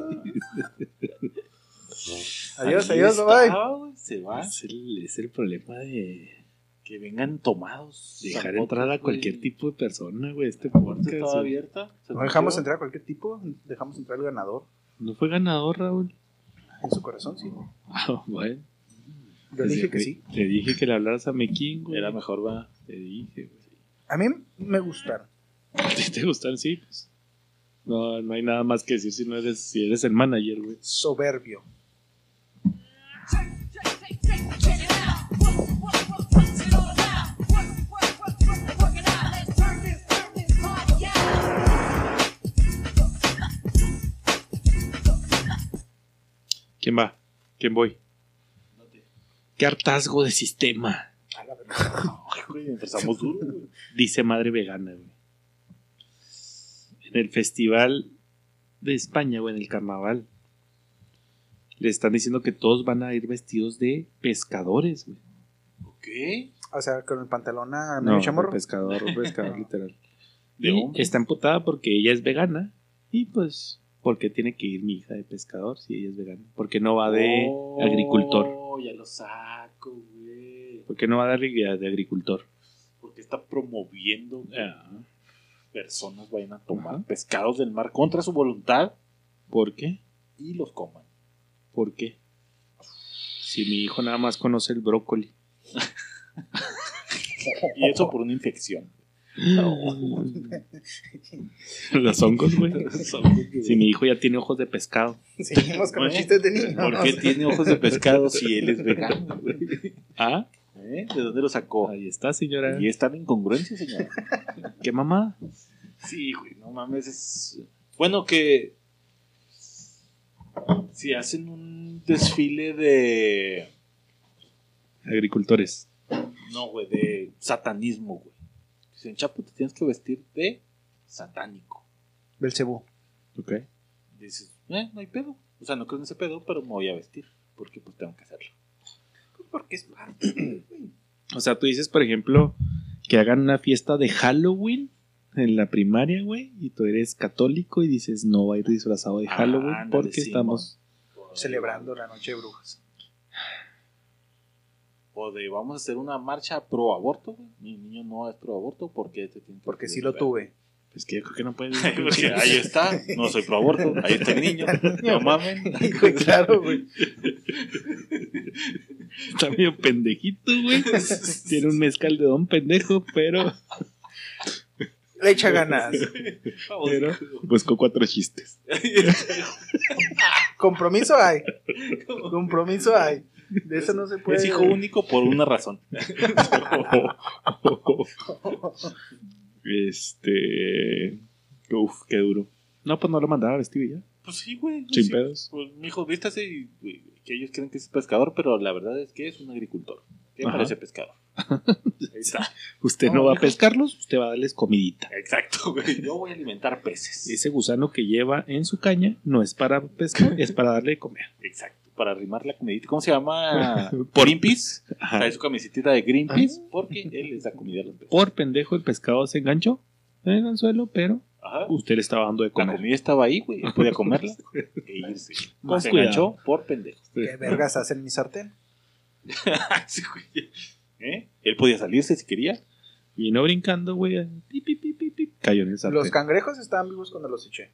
adiós, Ahí adiós, está, bye. güey, Se va. Es el, es el problema de Que vengan tomados. dejar Zapotes, entrar a cualquier güey. tipo de persona, güey. Este La puerta podcast. estaba güey. abierta. se No dejamos escuchó. entrar a cualquier tipo, dejamos entrar al ganador No fue ganador, Raúl. en su corazón, sí. Ah, bueno. Yo le dije que sí. Te dije que le hablaras a Mequín, güey. Era mejor, va. Te dije, güey. A mí me gustaron. ¿Te, te gustan? Sí, pues. No, no hay nada más que decir si no eres, si eres el manager, güey. Soberbio. ¿Quién va? ¿Quién voy? ¿Qué hartazgo de sistema? A la verdad. Güey, empezamos duro, güey. Dice madre vegana, güey. En el festival de España, o en el carnaval, le están diciendo que todos van a ir vestidos de pescadores, güey. ¿Ok? De O sea, con el pantalón a medio de chamorro. pescador, pescador, literal. Y hombre. está emputada porque ella es vegana. Y pues, ¿por qué tiene que ir mi hija de pescador si ella es vegana? ¿Por qué no va de Oh, agricultor? Ya lo saco, güey. ¿Por qué no va de, agri- de agricultor? Porque está promoviendo que Ah, personas vayan a tomar Ajá. pescados del mar contra su voluntad ¿Por qué? y los coman. ¿Por qué? Si mi hijo nada más conoce el brócoli. Y eso por una infección. Los hongos, güey. Si Sí. mi hijo ya tiene ojos de pescado. Seguimos con los Güey, chistes de niños. ¿Por qué tiene ojos de pescado si él es vegano? güey? Ah, ¿Eh? ¿De dónde lo sacó? ahí está, señora. Y es tan incongruencia, señor. ¿Qué mamá? Sí, güey, no mames, es... Bueno, que... Si hacen un desfile de... Agricultores. No, güey, de satanismo, güey. Dicen, Chapo, te tienes que vestir de satánico. Belcebú. Ok. Dices, eh, no hay pedo. O sea, no creo en ese pedo, pero me voy a vestir. Porque pues tengo que hacerlo. Porque es parte. O sea, tú dices, por ejemplo, que hagan una fiesta de Halloween en la primaria, güey, y tú eres católico y dices, no va a ir disfrazado de Ah, Halloween ándale, porque Simón. estamos... Celebrando la noche de brujas. O de vamos a hacer una marcha pro aborto, güey. Mi niño no es pro aborto porque este tiene que Porque ser sí lo vegano. tuve. Pues que yo creo que no puedes... Porque ahí está, no soy pro aborto, ahí está el niño, no mamen. claro, güey. está medio pendejito, güey. Tiene un mezcal de don pendejo, pero... Le echa ganas. Vamos. pero buscó cuatro chistes. Compromiso hay. Compromiso hay. De eso no se puede. Es pues, hijo único por una razón. Este. Uf, qué duro. No, pues no lo mandaba vestido y ya. Pues sí, güey. Sin sí. pedos. Pues, mijo, vístase y, güey, que ellos creen que es pescador, pero la verdad es que es un agricultor. ¿Qué Ajá. parece pescador? Ahí está. Usted no, No, va a mijo. pescarlos, usted va a darles comidita. Exacto, güey. Yo voy a alimentar peces. Ese gusano que lleva en su caña no es para pescar, es para darle de comer. Exacto. Para arrimar la comidita. ¿Cómo se llama? Por- ah. Greenpeace. Ajá. Trae su camiseta de Greenpeace porque él les da comida a los peces. Por pendejo el pescado se enganchó en el anzuelo, pero Ajá. usted le estaba dando de La comer. comida estaba ahí, güey. él Podía comerla e irse. Más se cuidado. enganchó por pendejo. ¿Qué vergas hacen mi sartén? Ah, Sí, güey. ¿Eh? Él podía salirse si quería. Vino brincando, güey. pi, pi, pi, pi, pi, Cayó en el sartén. Los cangrejos estaban vivos cuando los eché.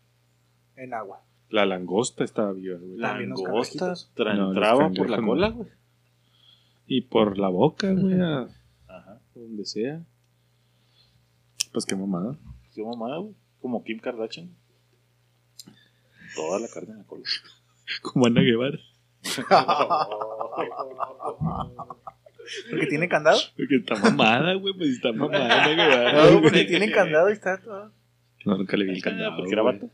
En agua. La langosta estaba viva, güey. También los Langostas No, los entraba por cangrejos la no. cola, güey. Y por la boca, güey, a Ajá. donde sea. Pues qué mamada. Yo mamada, güey. Como Kim Kardashian. Toda la carne en la cola. Como Ana Guevara. ¿Porque tiene candado? Porque está mamada, güey. Pues está mamada Ana Ah, Guevara. No, güey. porque tiene candado y está todo. No, nunca le vi el candado. Porque era güey. vato.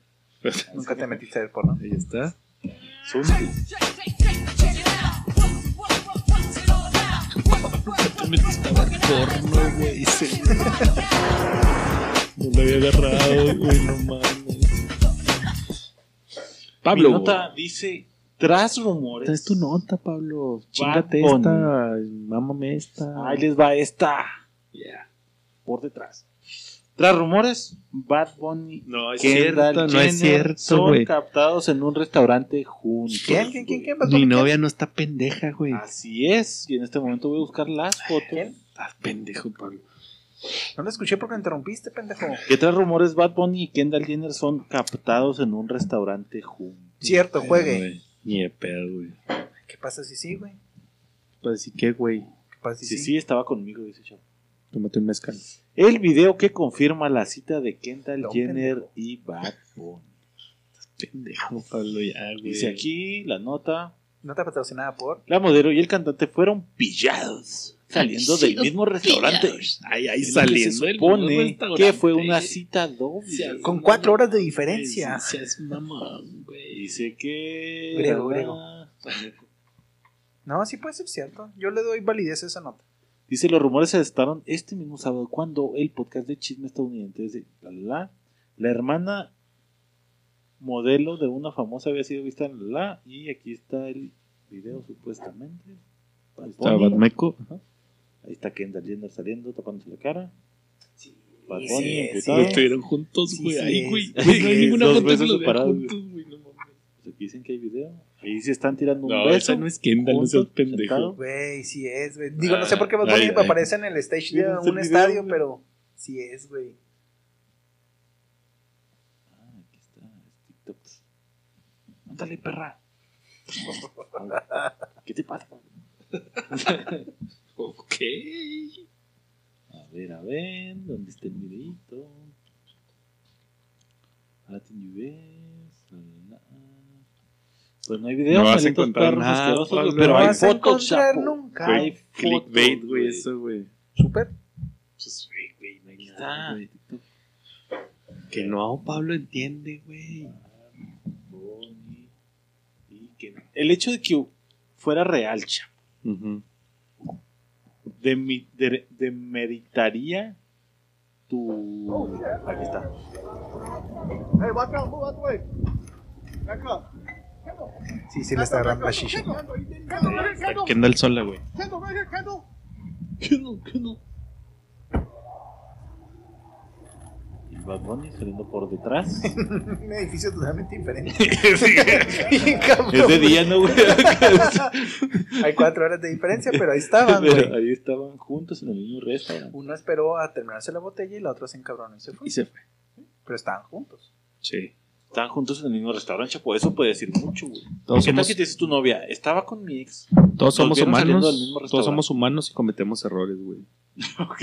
Nunca te metiste a ver porno. Ahí está. Zoom. Me estaba porno, güey. se- No lo había agarrado, güey. No mames. Pablo. Mi nota dice, tras rumores... Esta es tu nota, Pablo. Chingate Chíngate esta, mámame esta. Ahí les va esta. Por detrás. Tras rumores, Bad Bunny No, es Kendall cierto, no es Jenner cierto, son güey. captados en un restaurante juntos. ¿Quién? ¿Quién? ¿Quién? güey. ¿Quién? Bad Mi Bunny, novia no está pendeja, güey. Ah, Así es. Y en este momento voy a buscar las fotos. Estás pendejo, Pablo. ¿quién? No lo escuché porque me interrumpiste, pendejo. Que tras rumores, Bad Bunny y Kendall Jenner son captados en un restaurante juntos. Cierto, juegue. Güey, Ni de pedo, güey. ¿Qué pasa si sí, güey? Pues así que, güey, ¿Qué pasa si Sí, sí, sí? estaba conmigo, dice chavo. tómate un mezcal. El video que confirma la cita de Kendall Don Jenner pendejo. y Bad Bunny. Pendejo, Pablo, ya, güey. Dice aquí la nota. No te patrocinada por. La modelo y el cantante fueron pillados saliendo del Sido mismo restaurante. pillados. Ay, Y ahí se saliendo. supone que fue una cita doble. Con cuatro horas de diferencia. Es mamón, güey. Dice que. Griego, griego. No, sí puede ser cierto. Yo le doy validez a esa nota. Dice, los rumores se destaron este mismo sábado cuando el podcast de chisme estadounidense de la, la, la, la hermana modelo de una famosa había sido vista en la, la, y aquí está el video supuestamente. Bad Estaba Bunny. Batmeco. Ahí está Kendall Jenner saliendo, tapándose la cara. Bad sí, Bunny, sí, imputado. Güey, Estuvieron juntos, Sí, güey. sí Ahí, es. güey. Sí, Güey, No hay es. ninguna Dos foto que besos los vean separados, juntos, güey. No mames. Pues aquí dicen que hay video. Ahí se están tirando un No, beso. esa no es Kendall, no seas juntos, pendejo. sentado. Güey, sí es, güey. Digo, Ah, no sé por qué Bad Ay, Bunny ay. aparece en el stage de Miren un este video, estadio, güey. pero sí es, güey. Ah, aquí está, es TikTok. Ándale, perra. ¿Qué te pasa? Ok. A ver, a ver, ¿dónde está el videito? Ahora te ves. Pues no hay video, No vas a malditos encontrar perros nada, asquerosos, Pablo. pero no hay vas a fotos, encontrar chapo. nunca. Hay fotos, Clickbait, güey, eso, güey. Súper. Pues, güey, güey, no hay Está. nada, güey. Que no, Pablo entiende, güey. Bonnie y Kendall. El hecho de que fuera real, chapo. demi- de- demeritaría tu. Aquí está. Sí, sí le está agarrando la chicha. Kendall sola, güey. Y Bad Bunny saliendo por detrás. un edificio totalmente diferente. Bien cabrón, es de güey. día, ¿no, güey? Hay cuatro horas de diferencia, pero ahí estaban, Pero güey. ahí estaban juntos en el mismo restaurante. Uno esperó a terminarse la botella y la otra se encabronó y se fue. Y se fue. Pero estaban juntos. Sí. Estaban juntos en el mismo restaurante, chapo. Eso puede decir mucho, güey. Todos ¿Qué tal somos, si te dice tu novia? Estaba con mi ex. todos somos vieron saliendo del humanos. mismo Todos restaurante. somos humanos y cometemos errores, güey. Ok.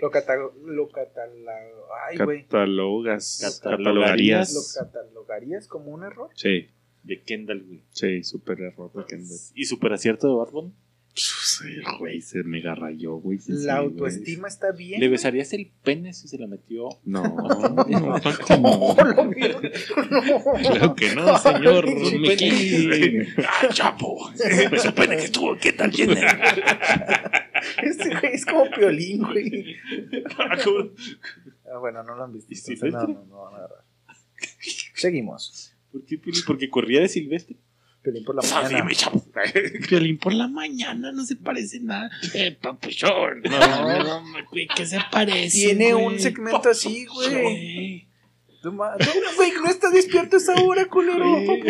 Lo catago, lo catalogo, ay, güey. Catalogas. Catalogarías. Lo catalogarías como un error. Sí. de Kendall, güey. Sí, súper error de Kendall. Y súper acierto de Bad Bunny. Sí, güey, se mega rayó, güey. sí, sí, La autoestima está bien. ¿Le besarías el pene si se la metió? güey. No, no, Paco, no. Claro que no, señor. Mickey. Ah, chapo. Me sorprende que estuvo. ¿Qué tal tiene? Este güey es como piolín, güey. Paco, Ah, bueno, no lo han visto. ¿Y entonces Silvestre? no, no, no van a agarrar. Seguimos. ¿Por qué, Piolín? Porque corría de Silvestre. Piolín por la Ah, mañana. dime, chapo. Violín por la mañana no se parece nada. Eh, papuchón. No, no, no, güey, ¿qué se parece? Tiene güey? un segmento así, güey. Güey. No, ma- no, güey, no estás despierto a esa hora, culero. Mami,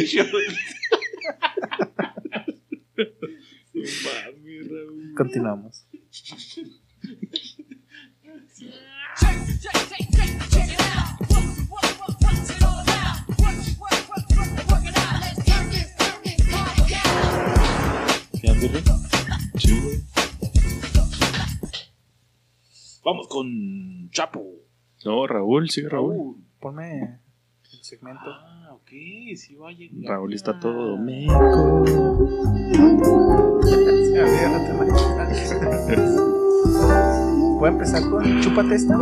Raúl. Continuamos. ¿Ya, Piolín? Vamos con Chapo. No, Raúl, sí, Raúl. Raúl, ponme el segmento. Ah, ok, sí va a llegar. Raúl está todo me- Voy a empezar con chupa testa.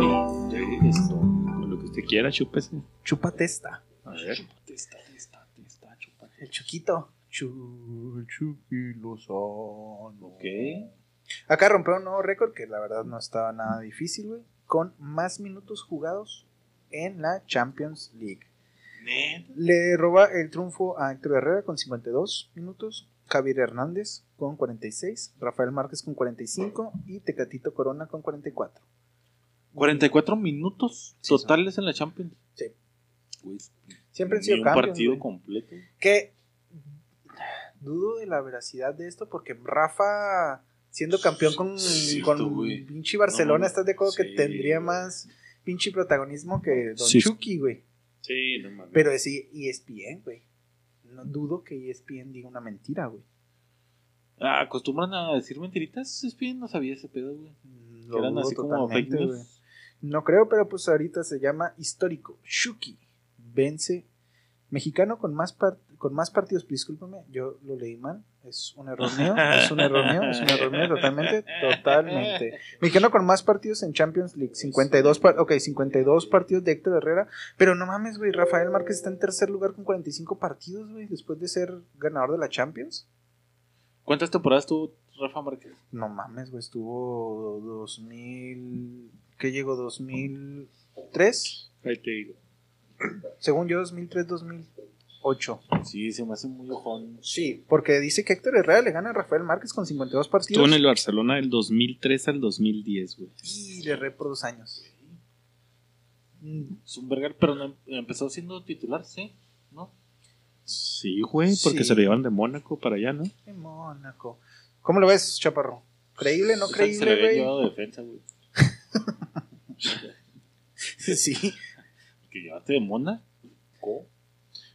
Esto, con lo que usted quiera, chúpese. Chupa testa. A ver. El chuquito. Chu, chuqui Lozano. Ok. Acá rompió un nuevo récord que la verdad no estaba nada difícil, güey. Con más minutos jugados en la Champions League. Neta. Le roba el triunfo a Héctor Herrera con 52 minutos, Javier Hernández con 46, Rafael Márquez con 45 y Tecatito Corona con 44. 44 minutos Sí, son. totales en la Champions. Sí. Güey, Siempre han Pues, ni sido un campeones, partido güey. completo. Que dudo de la veracidad de esto porque Rafa, siendo campeón con, Cierto, con güey. pinche Barcelona, No, ¿estás de acuerdo sí, que tendría güey. más pinche protagonismo que Don Sí. Chucky, güey? Sí, no mames. Pero es E ESPN, güey. No dudo que E ESPN diga una mentira, güey. Ah, ¿Acostumbran a decir mentiritas? Espíritu no sabía ese pedo, güey. Lo Que eran dudo así como fake totalmente, news. güey. No creo, pero pues ahorita se llama histórico. Shuki vence. Mexicano con más, par- con más partidos, discúlpame, yo lo leí mal. Es un error mío, es un error mío, es un error mío, totalmente, totalmente. Mexicano con más partidos en Champions League, 52, par- ok, 52 partidos de Héctor Herrera. Pero no mames, güey, Rafael Márquez está en tercer lugar con 45 partidos, güey, después de ser ganador de la Champions. ¿Cuántas temporadas tuvo Rafa Márquez? No mames, güey, estuvo 2000. ¿Qué llegó? ¿2003? Ahí te digo. Según yo, 2003, 2008. Sí, se me hace muy ojón. Sí, porque dice que Héctor Herrera le gana a Rafael Márquez con 52 partidos. Estuvo en el Barcelona del 2003 al 2010, güey. Y le re por dos años. Mm, Es un vergal, pero no, empezó siendo titular, ¿sí? ¿No? Sí, güey, porque Sí. se lo llevan de Mónaco para allá, ¿no? de Mónaco. ¿Cómo lo ves, Chaparro? ¿Creíble, no O sea, Se le creíble, había güey? llevado de defensa, güey. Sí. Que llevaste de Mona. ¿Cómo?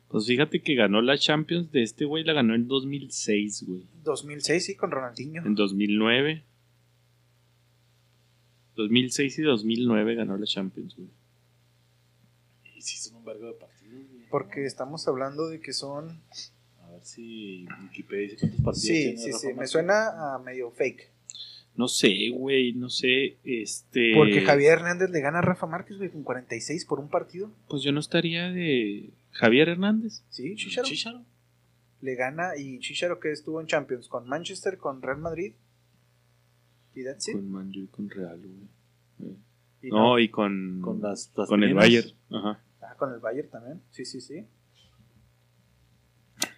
Pues fíjate que ganó la Champions de este güey, la ganó en 2006, güey. 2006, sí, con Ronaldinho. En 2009. 2006 y 2009 ganó la Champions, güey. Y sí, son un vergo de partidos, güey. Porque estamos hablando de que son. A ver si Wikipedia dice cuántos partidos Sí, tiene sí, Rafa sí. Me Márquez. suena a medio fake. No sé, güey, no sé, este... Porque Javier Hernández le gana a Rafa Márquez, güey, con 46 por un partido. Pues yo no estaría de... Javier Hernández. Sí, Chicharo. Chicharo. Le gana y Chicharo que estuvo en Champions con Manchester, con Real Madrid. Y that's it. Con Manju y con Real, güey. Eh. Y no, y con... Con, las, las con el primeras. Bayern. Ajá. Ah, con el Bayern también. Sí, sí, sí.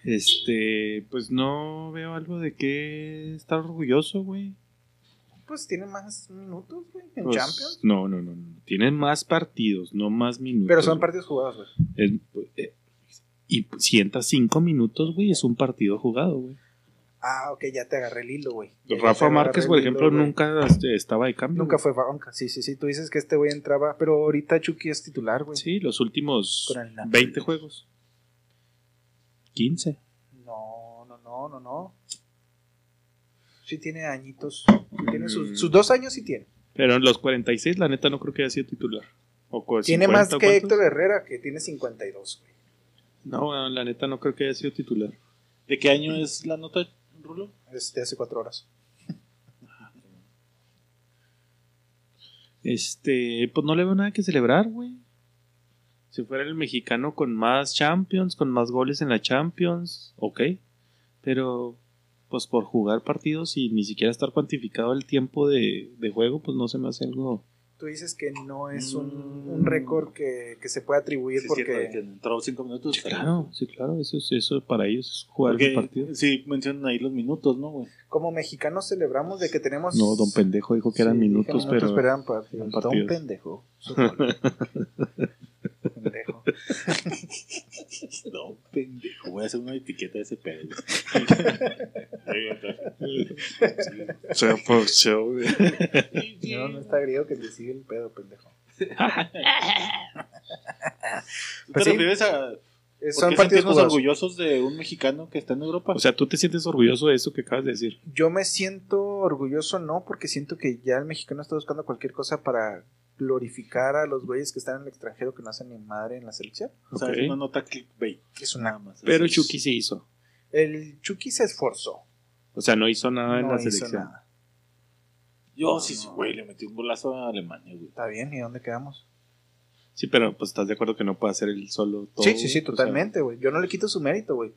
Este, pues no veo algo de qué estar orgulloso, güey. Pues tiene más minutos, güey, en Pues, Champions. No, no, no, no. Tienen más partidos, no más minutos. Pero son güey. partidos jugados, güey. Es- eh, y 105 minutos, güey, es un partido jugado, güey. Ah, ok, ya te agarré el hilo, güey. Ya te Rafa agarré Márquez, el por hilo, ejemplo, güey. nunca este, estaba de cambio. Nunca güey. fue banca. Sí, sí, sí. Tú dices que este güey entraba. Pero ahorita Chucky es titular, güey. Sí, los últimos Con el Napoli. 20 juegos. 15. No, no, no, no, no. Sí tiene añitos. Sí Mm. Tiene sus, sus dos años sí tiene. Pero en los 46, la neta, no creo que haya sido titular. O con Tiene 50 más o que Pues cuántos. Héctor Herrera, que tiene 52, güey. No, bueno, la neta no creo que haya sido titular. ¿De qué año es la nota, Rulo? Es de hace cuatro horas. Este, pues no le veo nada que celebrar, güey. Si fuera el mexicano con más Champions, con más goles en la Champions, ok. Pero, pues por jugar partidos y ni siquiera estar cuantificado el tiempo de, de juego, pues no se me hace algo. Tú dices que no es un, un récord que, que se puede atribuir Mm. Sí, es cierto, de que porque entró cinco minutos. Claro, sí, claro, eso, es- eso para ellos es jugar Porque el partido. sí mencionan ahí los minutos, ¿no, güey? como mexicanos celebramos de que tenemos... No, don pendejo dijo que eran Sí, minutos, dije, pero. eran partidos. eran Don partidos. pendejo. Supongo. pendejo. No, pendejo. Voy a hacer una etiqueta de ese pedo. Se aprovechó, güey. No, no está griego que le sigue el pedo, pendejo. ¿Te Pues sí. refieres a por Eh, Son qué partidos sentirnos jugados. orgullosos de un mexicano que está en Europa? O sea, ¿tú te sientes orgulloso de eso que acabas de decir? Yo me siento orgulloso, no, porque siento que ya el mexicano está buscando cualquier cosa para glorificar a los güeyes que están en el extranjero que no hacen ni madre en la selección. O sea, Ok. es una nota clickbait. Es una... más. Así Pero es. Chucky se hizo. El Chucky se esforzó. O sea, no hizo nada en No la hizo selección. nada. Yo sí, sí, güey, le metí un bolazo a Alemania, güey. Está bien, ¿y dónde quedamos? Sí, pero pues estás de acuerdo que no puede hacer él solo todo. sí, sí, sí, O sea, totalmente, güey. Yo no le quito su mérito, güey.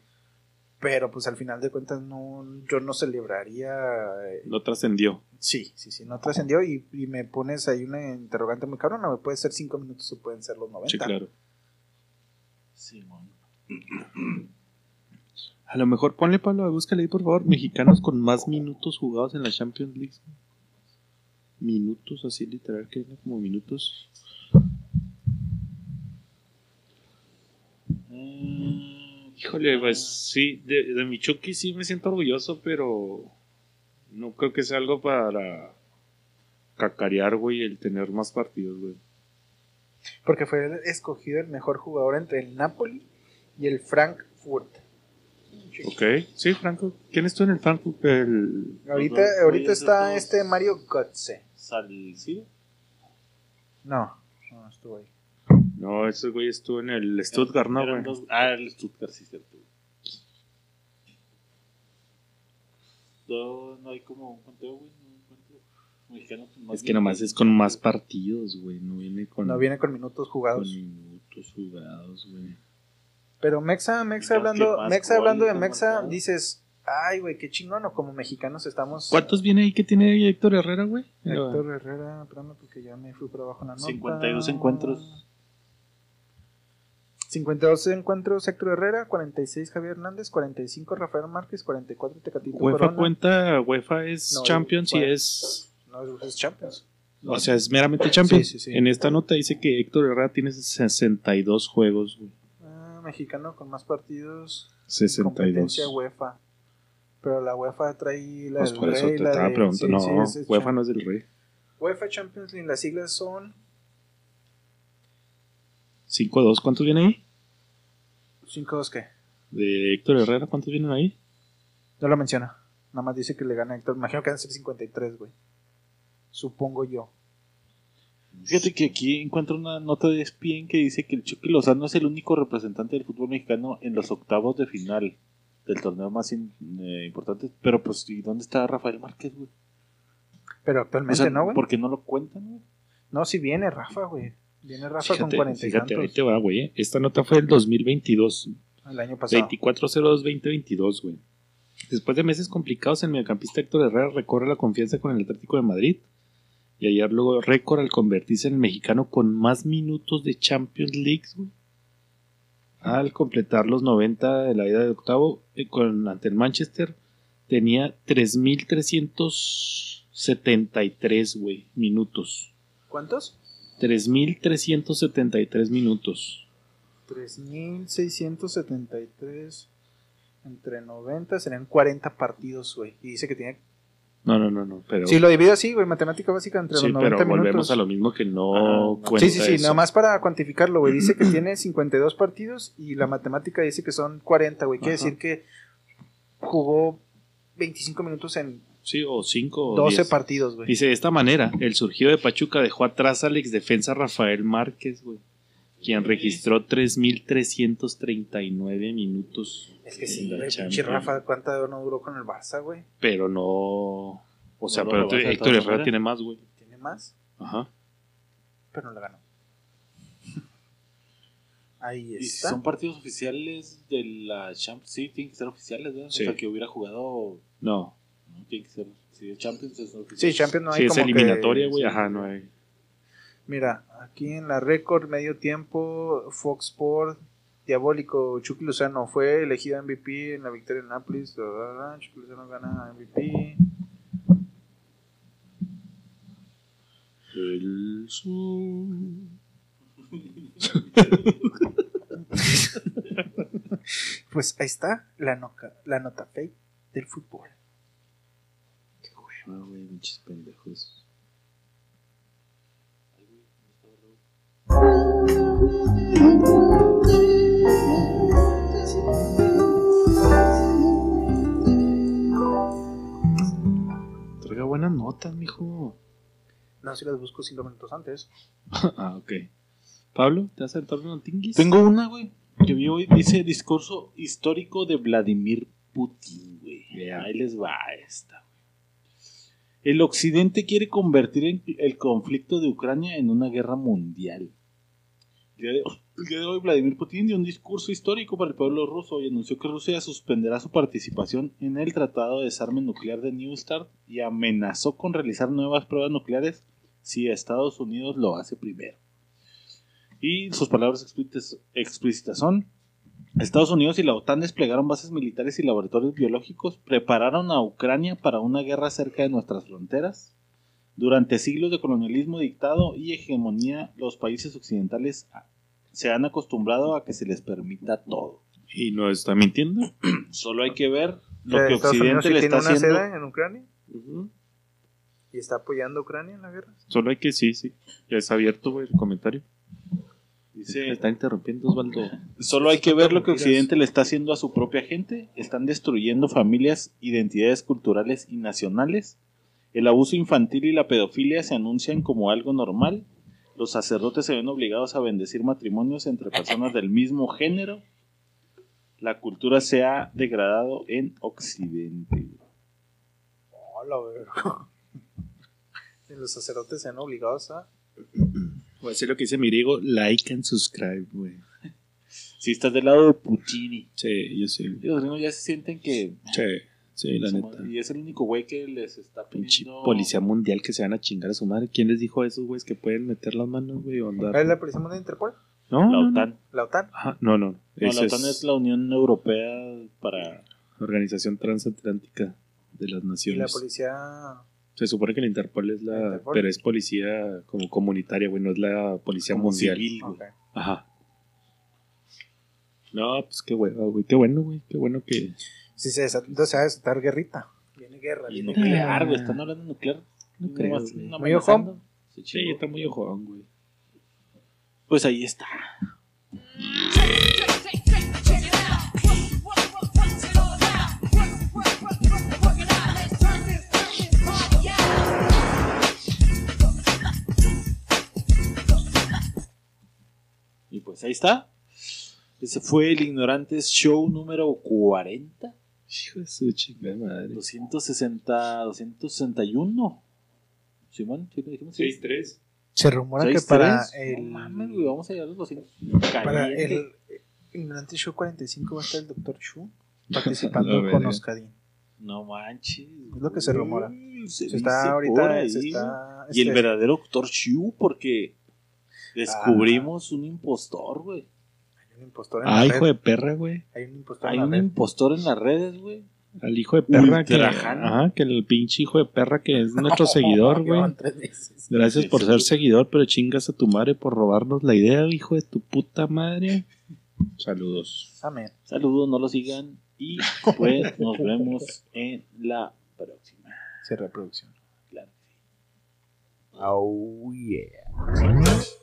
Pero pues al final de cuentas no, yo no celebraría. eh, no trascendió. Sí, sí, sí, no trascendió y, y me pones ahí una interrogante muy cabrona, güey. Puede ser cinco minutos o pueden ser los 90. Sí, claro. Sí, mon. A lo mejor ponle Pablo, búscale ahí por favor. Mexicanos con más minutos jugados en la Champions League. Minutos, así literal, que era como minutos. Mm, Híjole, pues sí, de, de mi Chucky sí me siento orgulloso, pero no creo que sea algo para cacarear, güey, el tener más partidos, güey. Porque fue el- escogido el mejor jugador entre el Napoli y el Frankfurt. Ok, sí, Franco. ¿Quién estuvo en el Franco? El... Ahorita, dos ahorita güeyes, está los dos. este Mario Götze. Salcido. No, no estuvo ahí. No, ese güey estuvo en el Stuttgart, ¿no, Eran güey? dos- Ah, el Stuttgart, sí, cierto. güey. No, no hay como un conteo, güey. No encuentro mexicanos con más Es que nomás minutos. es con más partidos, güey. No viene con, No viene con minutos con jugados. minutos jugados, güey. Pero Mexa, Mexa Yo creo que hablando, más Mexa hablando de goles han Mexa, marcado. dices, ay, güey, qué chingón, o como mexicanos estamos. ¿Cuántos viene ahí que tiene Héctor Herrera, güey? Héctor Herrera, espérame porque ya me fui para abajo en la nota. 52 encuentros. 52 encuentros Héctor Herrera, 46 Javier Hernández, 45 Rafael Márquez, 44 Tecatito UEFA Corona. cuenta, UEFA es No, Champions y bueno. es. No, es- es Champions. O sea, es meramente Champions. Sí, sí, sí. En esta nota dice que Héctor Herrera tiene 62 juegos, güey. Ah, mexicano con más partidos. Competencia 62. UEFA. Pero la UEFA trae la Pues del por eso Rey, te la estaba de- preguntando. sí, sí, no, es- es UEFA no es del Rey. UEFA Champions League, las siglas son 5-2, ¿cuántos vienen ahí? 5-2 que De Héctor Herrera, ¿cuántos vienen ahí? no lo menciona. Nada más dice que le gana a Héctor. Imagino que van a ser 53, güey. Supongo yo. Fíjate que aquí encuentro una nota de E ESPN que dice que el Chucky Lozano es el único representante del fútbol mexicano en los octavos de final del torneo más in- eh, importante. Pero pues, ¿y dónde está Rafael Márquez, güey? Pero O actualmente sea, no, güey. ¿Por qué no lo cuentan, güey? No, si viene Rafa, güey. Viene Rafa con Fíjate, 40 y fíjate, ahí tantos. te va, güey. Esta nota fue del 2022. El año pasado. 24-02-2022, güey. Después de meses complicados, el mediocampista Héctor Herrera recorre la confianza con el Atlético de Madrid. Y ayer luego récord al convertirse en el mexicano con más minutos de Champions League, güey. Al completar los 90 de la ida de octavo eh, con, ante el Manchester, tenía 3.373, güey, minutos. ¿Cuántos? 3.373 minutos. 3673 entre 90 serían 40 partidos, güey. Y dice que tiene. No, no, no, no, pero... Si lo divido así, güey, matemática básica entre Sí, los 90 pero volvemos minutos. a lo mismo que Ah, no no. cuenta. Sí, sí, sí, eso. nada más para cuantificarlo, güey. Dice que tiene 52 partidos y la matemática dice que son 40, güey. Quiere Ajá. decir que jugó 25 minutos en Sí, o 5 o 12 diez. partidos, güey. Dice, de esta manera, el surgido de Pachuca dejó atrás al exdefensa Rafael Márquez, güey, quien registró 3.339 minutos. Es que en sí, la güey, pinche Champions. Rafa, ¿cuánta no duró con el Barça, güey? Pero no. O sea, No lo pero rebasa de Héctor todas Herrera maneras. tiene más, güey. Tiene más, Ajá. pero no la ganó. Ahí Y si está. son partidos oficiales de la Champions, sí, tienen que ser oficiales, ¿verdad? Sí. O sea, que hubiera jugado, No. no tiene que ser. Si es Champions es oficial. Sí, Champions no hay sí, es como que- eliminatoria, güey. Ajá, no hay. Mira, aquí en la récord, medio tiempo, Fox Sport, Diabólico, Chucky Luzano fue elegido MVP en la victoria en Nápoles. bla, bla, bla, Chucky Luzano gana MVP. El sol. Pues ahí está la, noca, la nota fake del fútbol. Ah, güey, pinches pendejos. Traiga buenas notas, mijo. No sé si las busco cinco minutos antes. Ah, ok. Pablo, ¿te vas a aventar una tinguis? Tengo una, güey, que vi hoy. Dice discurso histórico de Vladimir Putin, güey. Vea. Ahí les va esta, güey. El occidente quiere convertir en- el conflicto de Ucrania en una guerra mundial. El día, de, el día de hoy, Vladimir Putin dio un discurso histórico para el pueblo ruso y anunció que Rusia suspenderá su participación en el Tratado de Desarme Nuclear de New START y amenazó con realizar nuevas pruebas nucleares si Estados Unidos lo hace primero. Y sus palabras explícitas- explícitas son: Estados Unidos y la OTAN desplegaron bases militares y laboratorios biológicos, prepararon a Ucrania para una guerra cerca de nuestras fronteras. Durante siglos de colonialismo dictado y hegemonía, los países occidentales a- se han acostumbrado a que se les permita todo. ¿Y no está mintiendo? Solo hay que ver lo O sea, que Estados Unidos Occidente sí le tiene está una haciendo. sede en Ucrania y está apoyando a Ucrania en la guerra. Solo hay que sí, sí. Ya está abierto, güey, el comentario. Dice, Está interrumpiendo Osvaldo. Solo hay que ver lo que mentiras. Occidente le está haciendo a su propia gente. Están destruyendo familias, identidades culturales y nacionales. El abuso infantil y la pedofilia se anuncian como algo normal. Los sacerdotes se ven obligados a bendecir matrimonios entre personas del mismo género. La cultura se ha degradado en Occidente. Hola, Los sacerdotes se han obligado a. Voy a hacer lo que dice mi griego, like and subscribe, güey. Si estás del lado de Puccini. Sí, yo sé. Y Los gringos ya se sienten que... Sí, sí, la neta. Y es el único güey que les está Pinche pidiendo... policía mundial que se van a chingar a su madre. ¿Quién les dijo a esos güeyes que pueden meter las manos, güey, o andar? ¿Es la Policía Mundial de Interpol? No, La no, OTAN. no. ¿La OTAN? Ajá, no, no. No, Esa la OTAN es, es la Unión Europea para... la Organización Transatlántica de las Y la Naciones. Policía. Se supone que la Interpol es la... La Interpol. Pero es policía como comunitaria, güey, no es la policía como mundial. civil, güey. Ok. Ajá. No, pues qué bueno, güey, qué bueno, güey, qué bueno que... Sí, se desata, entonces se va a desatar guerrita. Viene guerra, Y viene guerra. nuclear, güey. Están hablando de nuclear. No creo, Nomás- güey. nomás Muy ojo. amenazando. Se Sí, chingó. está muy ojón, güey. Pues ahí está. Y pues ahí está. Ese fue el Ignorantes Show número 40. Hijo de su chingada madre. 260, 261. Simón, ¿sí lo dijimos? tres. Se rumora que 6-3. para No el. mames, güey, vamos a llegar a los 200. para Caliente. el. Ignorante Show 45 va a estar el Dr. Shu participando La verga. eh. con Oscadín. No manches. Es lo que se rumora. Uy, Se dice está por ahorita. ahí, Se güey. está, Y el este, verdadero Doctor Shu, porque descubrimos un impostor, güey. Hay un impostor en la Ah, red. hijo de perra, güey. Hay un impostor Hay en la un red. impostor en las redes, güey. Al hijo de perra que, Ultrajano. ajá, que el pinche hijo de perra que es nuestro seguidor, güey. Llevan tres veces. Gracias por Sí, ser sí. seguidor, pero chingas a tu madre por robarnos la idea, hijo de tu puta madre. Saludos. Amén. Saludos, no lo sigan. Y pues nos vemos en la próxima. Se reproducción. Claro. Oh, yeah.